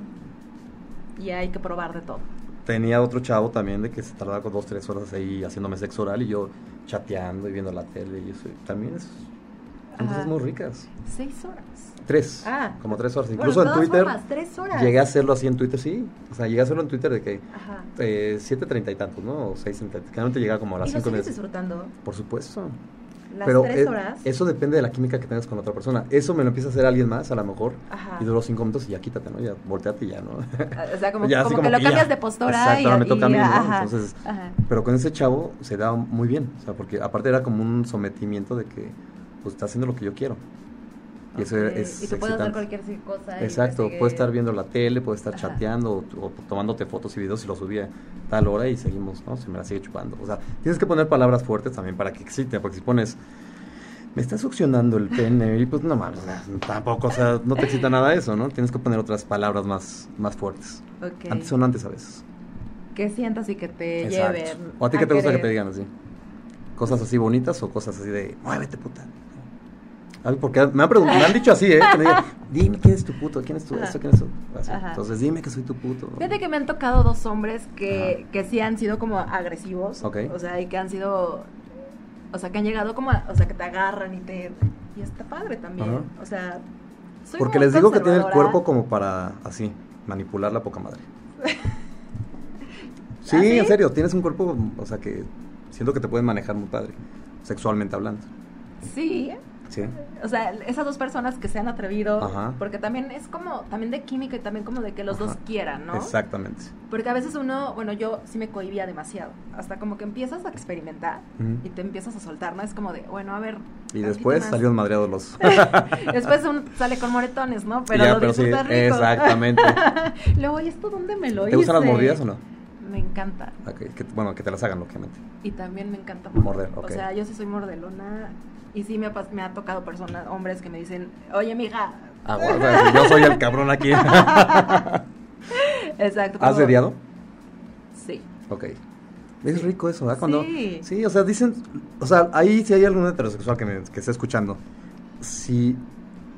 y hay que probar de todo.
Tenía otro chavo también de que se tardaba con dos, tres horas ahí haciéndome sexo oral y yo chateando y viendo la tele y eso. y También es... Son
Ajá.
cosas muy ricas.
Seis horas.
Tres.
Ah.
Como tres horas.
Bueno,
Incluso
de todas
en Twitter.
formas, tres horas.
Llegué a hacerlo así en Twitter, sí. O sea, llegué a hacerlo en Twitter de que
Ajá.
eh, siete treinta y tantos, ¿no? O seis treinta. Generalmente llegaba como a las
y lo
cinco.
sigues
de-
disfrutando
Por supuesto.
las
Pero
tres
eh,
horas.
eso depende de la química que tengas con la otra persona. Eso me lo empieza a hacer alguien más, a lo mejor.
Ajá.
Y duró cinco minutos y ya quítate, ¿no? Ya volteate y ya, ¿no?
O sea, como,
[laughs] Ya, así
como, que
como
lo
que ya.
cambias de postura
Exacto,
y,
ahora me toca a
y-
mí, ¿no?
ajá,
Entonces,
ajá.
Pero con ese chavo se da muy bien, o sea, porque aparte era como un sometimiento de que, pues, está haciendo lo que yo quiero. Y eso
Ok,
era- es
Y tú puedes hacer
excitante.
cualquier cosa. y te
Exacto,
sigue-
puedes estar viendo la tele, puedes estar
Ajá.
chateando o, o tomándote fotos y videos y lo subí a tal hora y seguimos, ¿no? Se me la sigue chupando. O sea, tienes que poner palabras fuertes también para que excite, porque si pones, me está succionando el pene, y pues no mames, o sea, tampoco, o sea, no te excita nada eso, ¿no? Tienes que poner otras palabras más, más fuertes,
Ok.
antisonantes a veces.
Que sientas y que te
Exacto.
lleven.
¿O a ti qué te gusta que
querer.
te digan así? ¿Cosas así bonitas o cosas así de, muévete, puta? A mí, porque me han, preguntado, me han dicho así, ¿eh? Que
[laughs]
me digan, dime quién es tu puto, quién es tu
Ajá.
esto, quién es tu. así.
Ajá.
Entonces, dime que soy tu puto.
Fíjate que me han tocado dos hombres que, que sí han sido como agresivos.
Ok.
O sea, y que han sido. O sea, que han llegado como. a- o sea, que te agarran y te. Y está padre también.
Ajá.
O sea. soy
Porque
muy
les digo que tiene el
conservadora.
cuerpo como para, así, manipular la
[laughs]
poca madre. sí,
¿Ah, sí?
en serio, tienes un cuerpo, o sea, que siento que te pueden manejar muy padre, sexualmente hablando.
Sí.
Sí.
O sea, esas dos personas que se han atrevido.
Ajá.
Porque también es como. También de química y también como de que los dos
Ajá.
quieran, ¿no?
Exactamente.
Porque a veces uno. Bueno, yo sí me cohibía demasiado. Hasta como que empiezas a experimentar.
Ujú.
Y te empiezas a soltar, ¿no? Es como de, bueno, a ver.
Y
tantito
después
más.
salieron madreados los.
Después uno sale con moretones, ¿no? [laughs] Pero
[laughs] Ya,
lo disfrutas rico.
Exactamente.
[laughs] Luego, ¿y esto dónde me lo hice?
¿Te gustan las mordidas o no?
Me encanta.
Ah, que- que- bueno, que te las hagan, lógicamente.
Y también me encanta
Morder, ok.
O sea, yo sí soy mordelona. Y sí me ha, pas- me ha tocado personas, hombres que me dicen, oye, mija.
[laughs] Ah, bueno, o sea, yo soy el cabrón
[laughs]
aquí. [laughs]
Exacto.
¿Has
como-
dediado? [laughs]
Sí.
Ok. Es rico eso, ¿verdad? Cuando,
Sí.
sí, o sea, dicen, o sea, ahí si hay algún heterosexual que, me, que esté escuchando, si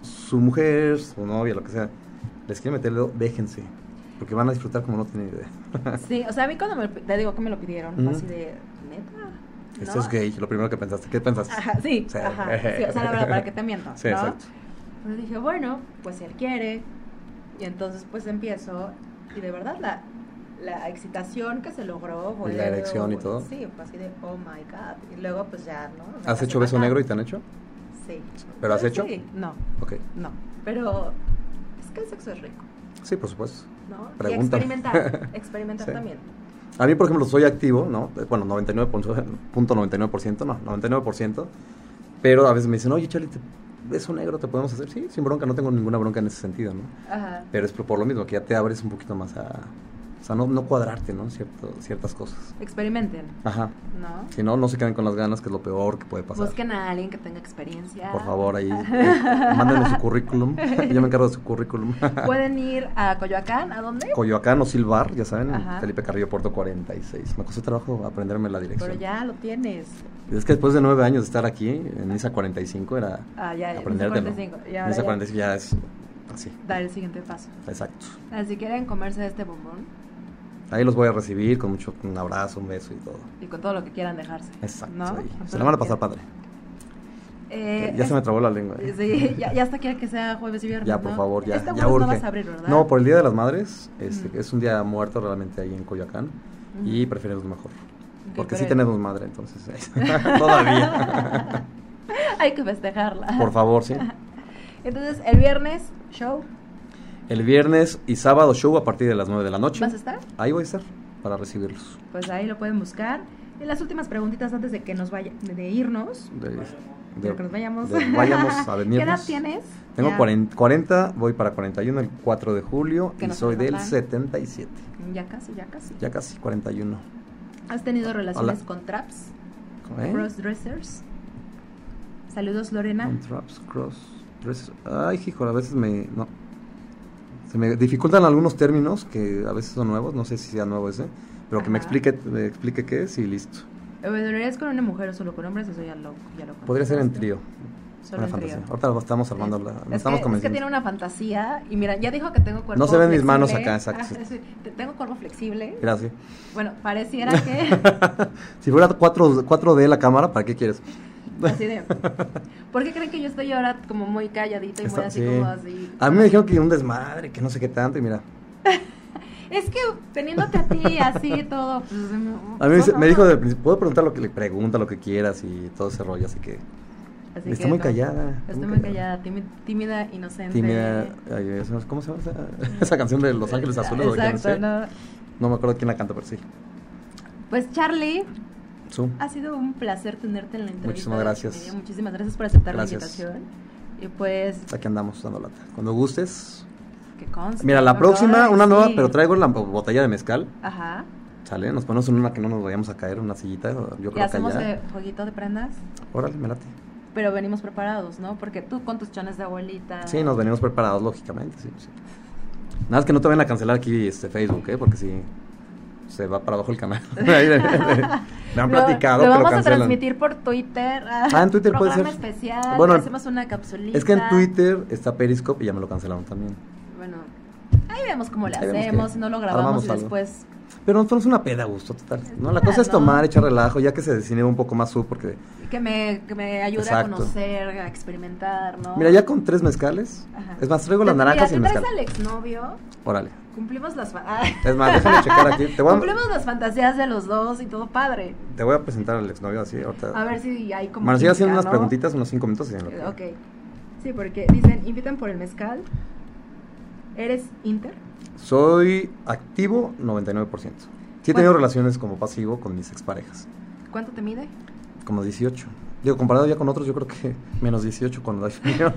su mujer, su novia, lo que sea, les quiere meterlo, déjense, porque van a disfrutar como no tienen idea.
Sí, o sea, a mí cuando me lo pi- te digo que me lo pidieron, fue
Ujú.
así de, neta.
Mm. Esto
¿No?
es gay, lo primero que pensaste. ¿Qué pensaste?
Ajá, sí,
[laughs] Sí.
ajá. Sí, o sea, la verdad, ¿para qué te miento?
[laughs] Sí,
¿no?
exacto.
Entonces dije, bueno, pues si él quiere. Y entonces pues empiezo. Y de verdad la,
la excitación que se logró.
Y la erección y todo.
Sí, pues así de, oh my god. Y luego, pues ya, ¿no? Me
¿Has
casé
hecho beso
acá.
negro y te han hecho?
Sí.
¿Pero has
Sí,
hecho?
No,
Ok.
no. Pero es que el sexo es rico,
Sí, por supuesto.
¿no? Y
Pregunta.
experimentar,
[laughs]
experimentar
Sí.
también.
A mí, por ejemplo, soy activo, ¿no? Bueno, 99.99%, no, 99%. Pero a veces me dicen, oye, Charlie, ¿te- beso negro te podemos hacer. Sí, sin bronca, no tengo ninguna bronca en ese sentido, ¿no?
Ajá.
Pero es por, por lo mismo, que ya te abres un poquito más a... O sea, no, no cuadrarte, ¿no? Cierto, ciertas cosas.
Experimenten,
Ajá.
¿no?
Si no, no se queden con las ganas, que es lo peor que puede pasar.
Busquen a alguien que tenga experiencia.
Por favor,
[laughs]
ahí, eh, mándenme su currículum. [laughs] Yo me encargo de su currículum.
[laughs] Pueden ir a Coyoacán, ¿a dónde?
Coyoacán o Silvar, ya saben,
Ajá.
Felipe Carrillo Porto 46. Me costó trabajo aprenderme la
Pero
dirección.
ya lo tienes.
Es que después de nueve años de estar aquí, en ISA 45, era
Ah, ya, Misa
aprendértelo.
45, y ahora
Misa
ya.
45 ya es así,
Dar el siguiente paso.
exacto.
Ah, Si quieren comerse este bombón
Ahí los voy a recibir con mucho, con un abrazo, un beso y todo.
y con todo lo que quieran dejarse.
Exacto.
¿no?
ahí.
Con
Se
todo
la van a
lo que
pasar
quieran.
padre.
Eh,
ya se me trabó la lengua. eh.
es- Sí, ya, ya hasta quiere que sea jueves y viernes.
Ya, por
¿no?
favor, ya.
Este
ya
jueves
urge.
no vas a abrir, ¿verdad?
No, por el Día de las Madres, este,
Mm.
que es un día muerto realmente ahí en Coyoacán y preferimos mejor.
Ok,
Porque sí
pero-
[laughs]
tenemos madre, entonces. eh,
[laughs]
[laughs] Todavía.
Hay que festejarla.
por favor, sí.
Entonces, el viernes, show.
El viernes y sábado show a partir de las 9 de la noche.
¿Vas a estar?
Ahí voy a estar para recibirlos.
Pues ahí lo pueden buscar. Y las últimas preguntitas antes de que nos vaya, de de irnos.
De-
De que nos vayamos.
de- vayamos
[laughs]
a
¿Qué
venirnos.
edad tienes?
Tengo
Ya.
40, 40, voy para 41 el 4 de julio
Que
y
nos
soy del
faltan.
77.
Ya casi, ya casi.
Ya casi 41.
¿Has tenido relaciones
Hola.
con traps?
¿Eh?
Crossdressers. Saludos, Lorena.
On traps, cross, dresses. Ay, hijo, a veces me. No. Se me dificultan algunos términos que a veces son nuevos, no sé si sea nuevo ese, pero que me
Ajá.
explique, me explique qué es y listo.
¿Eres con una mujer o solo con hombres? Eso ya lo, ya lo
Podría ser en
contestaste.
trío.
Solo
una
en
fantasía.
trío.
Ahorita estamos armando la. nos
Es
estamos
que, es que
convenciendo.
tiene una fantasía. Y mira, ya dijo que tengo cuerpo
No se ven mis
flexible.
manos acá, exacto.
Ah, sí, te- tengo cuerpo flexible.
Gracias.
Bueno, pareciera
[laughs]
que. [laughs]
si fuera 4, 4D la cámara, ¿para qué quieres?
así de. ¿Por qué creen que yo estoy ahora como muy calladita y
Está-
muy así
sí.
como así?
A mí me dijeron que un desmadre, que no sé qué tanto, y mira.
Es que teniéndote a ti así todo. Pues,
A mí me dice- me dijo desde el principio, puedo preguntar lo que le pregunta, lo que quieras y todo ese rollo, así que.
Así
está
que
muy
no.
callada. está
Estoy muy callada, tímida, tímida inocente.
Tímida. ay, esa- ¿Cómo se llama esa, [laughs] esa canción de Los Ángeles Azules? o de que no,
Exacto,
sé?
no.
No me acuerdo quién la canta, pero sí.
Pues Charlie,
Su.
ha sido un placer tenerte en la entrevista.
Muchísimas
de
gracias.
Wikimedia. Muchísimas gracias por aceptar
Gracias.
la invitación. Y pues,
Aquí andamos dando lata. Cuando gustes.
que conste.
Mira, la
por
próxima,
favor,
una nueva,
sí.
pero traigo la botella de mezcal.
Ajá.
Sale, nos ponemos en una que no nos vayamos a caer, una sillita. Yo
Y
creo que
hacemos
allá.
eh, jueguito de prendas,
Órale, me late.
pero venimos preparados, ¿no? Porque tú con tus chones de abuelita.
Sí, nos venimos preparados, lógicamente. Sí, sí. Nada más que no te vayan a cancelar aquí este Facebook, ¿eh? Porque sí, se va para abajo el canal. [laughs] Ahí de- de- me
Lo-
han platicado
lo,
que lo
vamos a
cancelan.
transmitir por Twitter.
Ah, en Twitter puede
programa
ser.
especial.
Bueno,
hacemos una capsulita.
Es que en Twitter está Periscope y ya me lo cancelaron también.
Bueno, ahí vemos cómo le
Ahí vemos
hacemos,
qué.
si no lo grabamos
Armamos
y
algo.
después.
Pero nosotros una peda a gusto, total. ¿no? La cosa es
Claro.
tomar, echar relajo, ya que se desinhibe un poco más su, porque...
Que me, que me ayude
Exacto.
a conocer, a experimentar, ¿no?
Mira, ya con tres mezcales.
Ajá.
Es más, traigo las
Mira,
naranjas y el
tú traes
mezcal.
al exnovio,
Órale.
cumplimos las. fa- [laughs] Ah.
Es más, déjame checar aquí. Te voy a,
Cumplimos las fantasías de los dos y todo padre.
te voy a presentar al exnovio así. Ahorita.
A ver si hay como.
Bueno, sigue haciendo
química,
unas
¿no?
preguntitas, unos cinco minutos. y en lo que-
Eh, Ok. Sí, porque dicen, invitan por el mezcal. ¿Eres inter?
Soy activo 99%. Sí he tenido relaciones como pasivo con mis exparejas,
¿Cuánto te mide?
como 18. Digo, comparado ya con otros, yo creo que [laughs] menos 18 cuando
[laughs]
hay frío.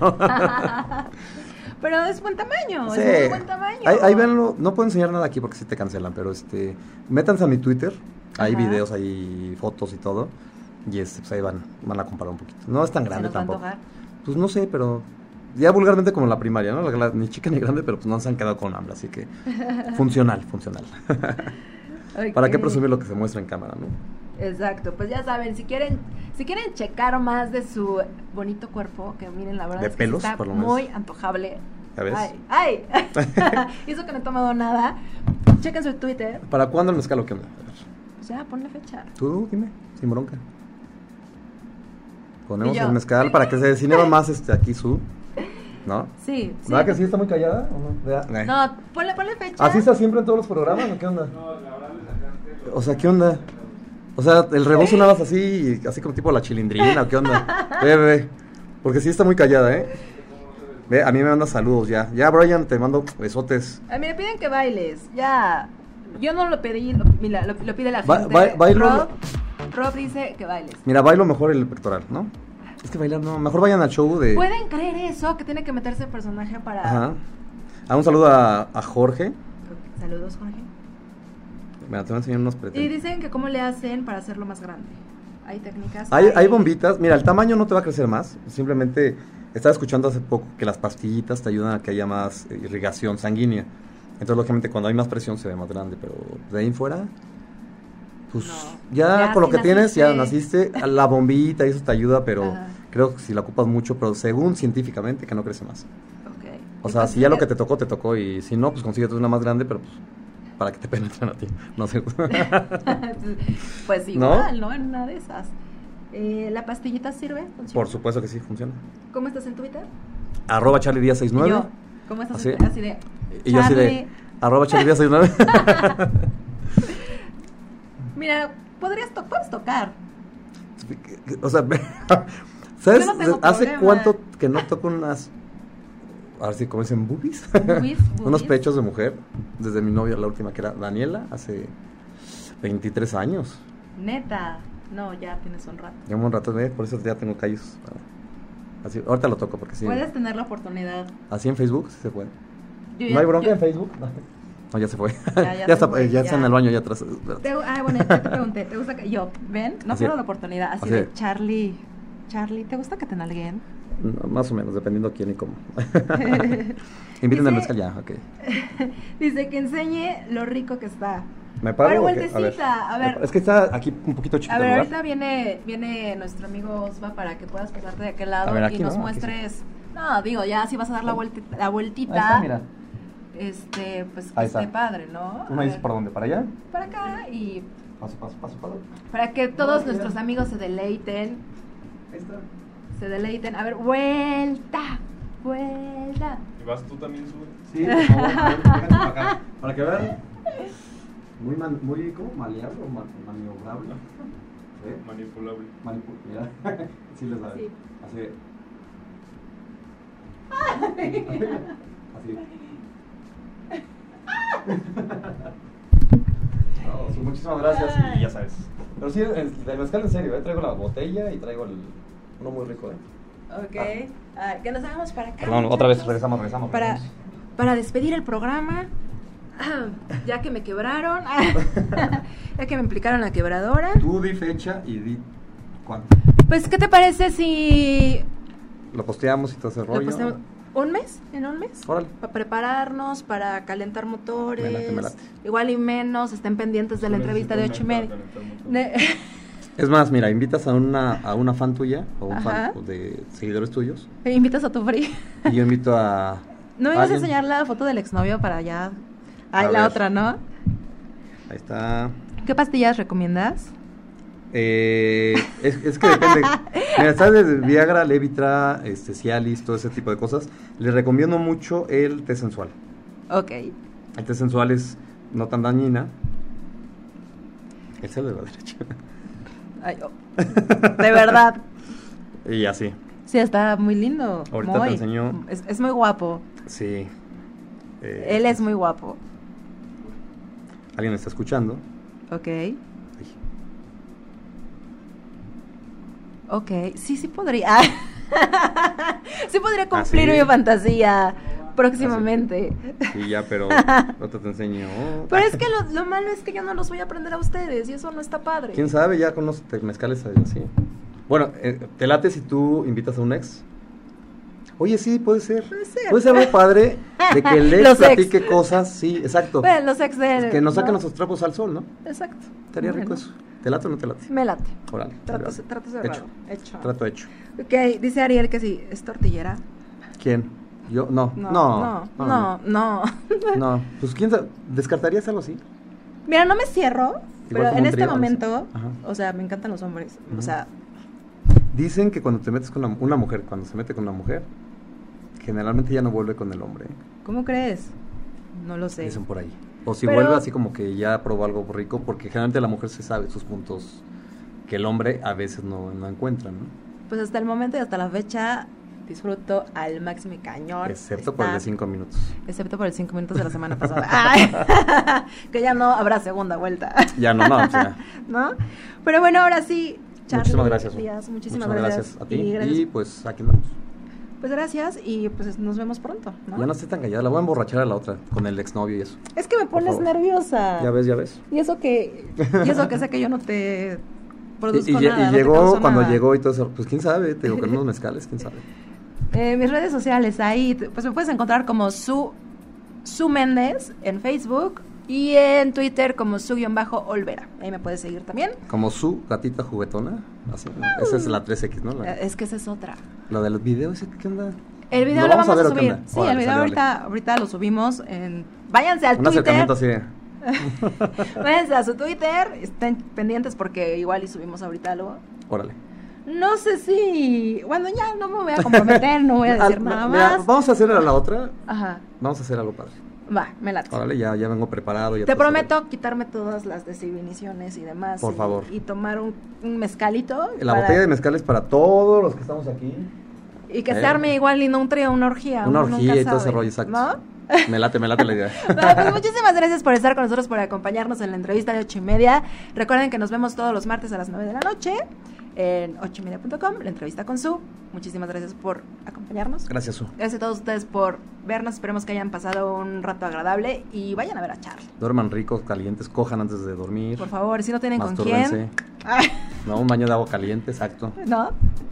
Pero es buen tamaño,
Sí.
es muy buen tamaño.
Ahí, ahí véanlo, no puedo enseñar nada aquí porque si te cancelan, pero este, métanse a mi Twitter, hay
Ajá.
videos, hay fotos y todo, y este, pues ahí van, van a comparar un poquito. No es tan
Se
grande
nos va a
tampoco.
antojar.
Pues no sé, pero ya vulgarmente como en la primaria, ¿no? La- la- ni chica ni grande, pero pues no se han quedado con hambre,
[laughs]
así que funcional, funcional. ¿Para qué
Ok.
presumir lo que se muestra en cámara, no?
Exacto, pues ya saben, si quieren, si quieren checar más de su bonito cuerpo, que miren, la verdad
De
es que sí
pelos,
está
por lo menos.
muy antojable.
¿Ya ves?
Ay,
[laughs]
ay. [laughs] Eso que no he tomado nada. Chequen su Twitter.
¿Para cuándo el mezcal o qué onda? A ver,
Ya, ponle fecha.
Tú dime, sin bronca. Ponemos
Y yo.
el mezcal para que se desineba más este aquí su. ¿no?
Sí, sí.
¿Verdad que sí está muy callada? ¿O no? Vea.
Eh.
No, ponle, ponle fecha.
¿Así está siempre en todos los programas o qué onda? O sea, ¿qué onda? O sea, el rebozo nada más así, así como tipo la chilindrina, ¿o qué onda? Ve, ve, ve. Porque sí está muy callada, ¿eh? Ve, a mí me manda saludos ya. Ya, Brian, te mando besotes.
A mí me piden que bailes, ya. Yo no lo pedí, lo, mira, lo- lo pide la
Ba-
gente.
ba- bailo-
Rob, Rob dice que bailes.
Mira, bailo mejor el pectoral, ¿no? Es que bailar no, mejor vayan al show de...
¿Pueden creer eso? Que tiene que meterse el personaje para...
Ajá. Ah, un saludo a, a Jorge.
Saludos, Jorge.
Mira, te voy a enseñar unos
Y
pretextos.
dicen que cómo le hacen para hacerlo más grande. Hay técnicas.
Hay, hay bombitas. Mira, el tamaño no te va a crecer más. Simplemente estaba escuchando hace poco que las pastillitas te ayudan a que haya más eh, irrigación sanguínea. Entonces, lógicamente, cuando hay más presión se ve más grande, pero de ahí en fuera, pues
No.
ya,
Ya
con lo
sí
que tienes, ya
naciste.
naciste. A La bombita y eso te ayuda, pero
[laughs] Ajá.
creo que si la ocupas mucho, pero según científicamente, que no crece más.
Ok.
O sea,
Entonces,
si ya lo que te tocó, te tocó. Y si no, pues consíguete una más grande, pero pues, para que te [laughs] penetren a ti. No
[laughs]
sé.
[laughs] pues igual, ¿no? En una de esas. Eh, ¿La pastillita sirve? ¿Funciona?
Por supuesto que sí, funciona.
¿Cómo estás en Twitter?
Arroba Charlie Díaz
Y
69.
yo. ¿Cómo estás en
Así.
Twitter? Así de...
Y yo así de.
Charlie.
Arroba Charlie
[laughs]
Díaz 69.
Mira, podrías to- puedes
[laughs]
tocar.
[laughs] o sea, [laughs] ¿sabes?
Yo no tengo
¿Hace
problema.
cuánto que no toco unas. Ahora sí, ¿cómo dicen? Boobies.
Boobies,
[laughs] Unos
boobies.
pechos de mujer. Desde mi novia, la última que era Daniela, hace 23 años.
Neta. No, ya tienes un rato.
Llevo un rato de. Por eso ya tengo callos. Así, ahorita lo toco porque sí.
Puedes tener la oportunidad.
Así en Facebook sí se puede.
Yo
¿No
ya-
hay bronca
yo-
en Facebook? [laughs] No, ya se fue.
Ya,
[laughs] Ya,
ya se
está,
fue,
eh, ya está
ya.
en el baño allá atrás. Espérate.
Te- ah, bueno, ya te pregunté. ¿Te gusta que yo? ¿Ven? No
Así
fueron
es.
la oportunidad. Así,
Así
de
es.
Charlie. Charlie, ¿te gusta que te nalguen?
No, más o menos, dependiendo quién
[laughs]
y cómo. [laughs] Inviten
Dice-
al mezcal ya, ok.
Dice que enseñe lo rico que está.
¿Me paro
Pero
o qué?
vueltecita, a ver.
Es que está aquí un poquito chiquito
A ver,
el lugar.
ahorita viene, viene nuestro amigo Osva para que puedas pasarte de aquel lado
A ver,
y
aquí
nos
no, aquí
muestres. No, digo, ya si vas a dar la, vuelti- la vueltita,
Ahí está, mira.
este, pues que
Ahí está.
esté padre, ¿no?
Uno
A
dice
ver,
por dónde, para allá.
para acá y
Paso, paso, paso, paso.
para que todos
mira.
nuestros amigos se deleiten,
Ahí está.
se deleiten. A ver, vuelta, vuelta.
Y vas tú también, sube.
Sí, por favor,
[laughs]
déjate para acá. Para que vean. Muy, man- muy ¿cómo? Maleable o man- maniobrable. ¿Eh?
Manipulable.
Manipu- mira. [laughs] sí le sabe.
Sí.
Así. de- Así. de- No, sí, muchísimas gracias y ya sabes. Pero sí, el, el mezcal en serio, ¿eh? traigo la botella y traigo el, uno muy rico. ¿eh?
Ok, Ay, que nos hagamos para acá.
Perdón, otra vez
muchachos.
regresamos, regresamos.
Para,
regresamos.
para despedir el programa, [clears throat] ya que me quebraron, [laughs] ya que me implicaron la quebradora.
Tú di fecha y di cuánto.
Pues, ¿qué te parece si
Lo posteamos y todo ese
lo
rollo.
posteamos- un mes? ¿En un mes?
Órale.
Para prepararnos, para calentar motores.
Me late, me late.
Igual y menos, estén pendientes de la entrevista de ocho y media. Ne-
Es más, mira, invitas a una, a una fan tuya o un
Ajá.
fan de seguidores tuyos
[laughs] Me invitas a tu frío.
y yo invito a...
¿No me vas a
alguien.
enseñar la foto del exnovio para allá? Ay,
A
la
ver.
otra, ¿no?
Ahí está.
¿Qué pastillas recomiendas?
Eh, es, es que depende. Mira, está desde Viagra, Levitra, este, Cialis, todo ese tipo de cosas. Les recomiendo mucho el té sensual.
Ok.
El té sensual es no tan dañina. El celo de la derecha.
Ay, oh. De verdad.
[laughs] Y así.
Sí, está muy lindo.
Ahorita
muy.
te enseño.
Es, es muy guapo.
Sí. Eh,
Él es muy guapo.
Alguien me está escuchando.
Ok.
Ay.
Ok. Sí, sí podría. [laughs] sí podría cumplir
Ah, sí. Ah,
mi fantasía próximamente.
Sí, ya, pero ahorita te enseño.
[laughs] Pero es que lo, lo malo es que yo no los voy a aprender a ustedes y eso no está padre.
¿Quién sabe? Ya con los te- mezcales así. Bueno, eh, te late si tú invitas a un ex. Oye, sí, puede ser.
Puede ser.
Puede ser muy padre de que
[laughs]
el ex
Los ex.
platique cosas. Sí, exacto.
Bueno, los ex de él,
que nos saquen
¿no?
nuestros trapos al sol, ¿no?
Exacto.
Estaría rico
Bueno,
eso. ¿Te late o no te late?
Me late.
Órale.
Trato,
órale.
trato cerrado.
Hecho.
Hecho.
Trato hecho.
Ok, dice Ariel que sí, es tortillera.
¿Quién? ¿Yo? No.
No,
No.
no, no, no.
No. Pues, ¿quién sabe? ¿Descartarías algo así?
Mira, no me cierro, pero
como
en
un
este
trío, no sé.
momento,
Ajá.
o sea, me encantan los hombres. O
Ujú.
sea,
Dicen que cuando te metes con una, una mujer, cuando se mete con una mujer, generalmente ya no vuelve con el hombre. ¿eh?
¿Cómo crees? No lo sé.
Dicen por ahí. O si
Pero-
vuelve así como que ya probó algo rico, porque generalmente la mujer se sabe sus puntos que el hombre a veces no, no encuentra, ¿no?
Pues hasta el momento y hasta la fecha disfruto al máximo y cañón.
Excepto por el de
Está-
cinco minutos.
Excepto por el cinco minutos de la semana
[laughs]
pasada. Ay, [laughs] que ya no habrá segunda vuelta. [laughs]
Ya no, no, o sea,
¿No? Pero bueno, ahora sí. [laughs] Charlie,
muchísimas gracias.
Díaz, muchísimas, gracias.
a ti.
Y
Y,
gracias-
pues aquí andamos.
Pues gracias y pues nos vemos pronto. ¿no?
Ya no esté tan callada, la voy a emborrachar a la otra con el exnovio y eso.
Es que me pones
favor.
nerviosa.
Ya ves, ya ves.
Y eso que, y eso que sé que yo no te produzco
Y, y lle-
nada,
y
no te
llegó
causo
cuando
nada.
llegó y todo eso. Pues quién sabe, te digo que
[laughs]
unos mezcales, quién sabe.
Eh, mis redes sociales ahí, te- pues me puedes encontrar como su, su Méndez en Facebook y en Twitter como su-olvera. Ahí me puedes seguir también.
Como su gatita juguetona. Así, ¿no? Esa es la 3X, ¿no?
Eh,
La,
Es que esa es otra.
la de los videos, ¿eh? ¿qué onda?
Uh. El video
¿Lo
lo
vamos
vamos,
a
a,
ver o qué
subir.
onda?
Sí,
Órale,
el video
sale,
ahorita, ahorita lo subimos en... Váyanse al
Un
Twitter.
acercamiento así de.
[laughs] Váyanse a su Twitter. Estén pendientes porque igual y subimos ahorita algo.
Órale.
No sé si... Bueno, ya no me voy a comprometer, no
[laughs]
voy a decir
Al-
nada
mira,
más.
vamos a hacer a la otra.
Ajá.
Vamos a hacer algo padre.
Va, me late.
Órale, ya, ya vengo preparado. ya
Te
todo
prometo quitarme todas las desinhibiciones y demás.
Por
y-
favor.
Y tomar un, un mezcalito.
sobre- La
para-
botella de mezcal es para todos los que estamos aquí.
Y que
Eh.
se arme igual y no un trío, una orgía.
Una
uno nunca
orgía y todo ese
sabe,
rollo, exacto.
¿no?
Me late, me late
[laughs]
la idea.
Bueno, pues muchísimas gracias por estar con nosotros, por acompañarnos en la entrevista de ocho y media. Recuerden que nos vemos todos los martes a las 9 de la noche en 8 y media.com, la entrevista con Su. Muchísimas gracias por acompañarnos.
Gracias, Su.
Gracias a todos ustedes por vernos. Esperemos que hayan pasado un rato agradable y vayan a ver a Charlie.
Duerman ricos, calientes, cojan antes de dormir.
Por favor, si no tienen con
mastúrbense.
quién. Ay.
No, un baño de agua caliente, exacto.
[laughs] ¿No?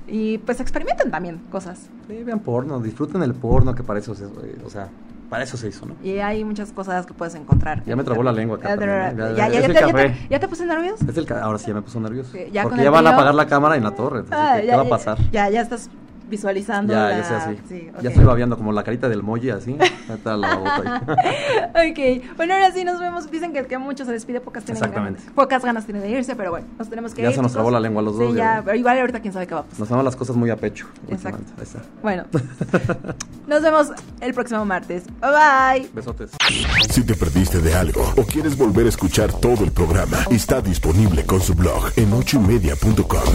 Y pues experimenten también cosas.
Sí, vean porno, disfruten el porno que para eso se, eh, o sea, para eso se hizo, ¿no?
Y hay muchas cosas que puedes encontrar.
Ya me trabó la lengua acá
Ya,
también, ¿eh?
ya, ya,
Es
ya
el
te- ya te-
café.
¿ya te puse nervios?
Es el ca- ahora sí ya me puso nervioso.
Sí, ya con
porque
el
ya van a
frío.
apagar la cámara en la torre, entonces,
Ah,
¿qué,
ya,
qué va a
ya,
pasar?
Ya, ya estás visualizando.
Ya,
la-
ya sé así.
sí,
Ya
ok.
estoy babeando como la carita del molle así. Ahí está la babota
[laughs]
ahí.
ok, bueno, ahora sí nos vemos. Dicen que el que mucho se despide, pocas tienen
Exactamente.
ganas. Pocas ganas tiene de irse, pero bueno, nos tenemos que
Ya
ir.
se nos trabó
chicos.
la lengua a los
Sí,
dos, ya.
ya, pero igual ahorita quién sabe qué va a pasar.
Nos damos las cosas muy a pecho.
Exacto.
últimamente. Ahí está. [laughs]
Bueno, nos vemos el próximo martes. Bye bye.
Besotes.
Si te perdiste de algo o quieres volver a escuchar todo el programa, está disponible con su blog en ochoymedia.com.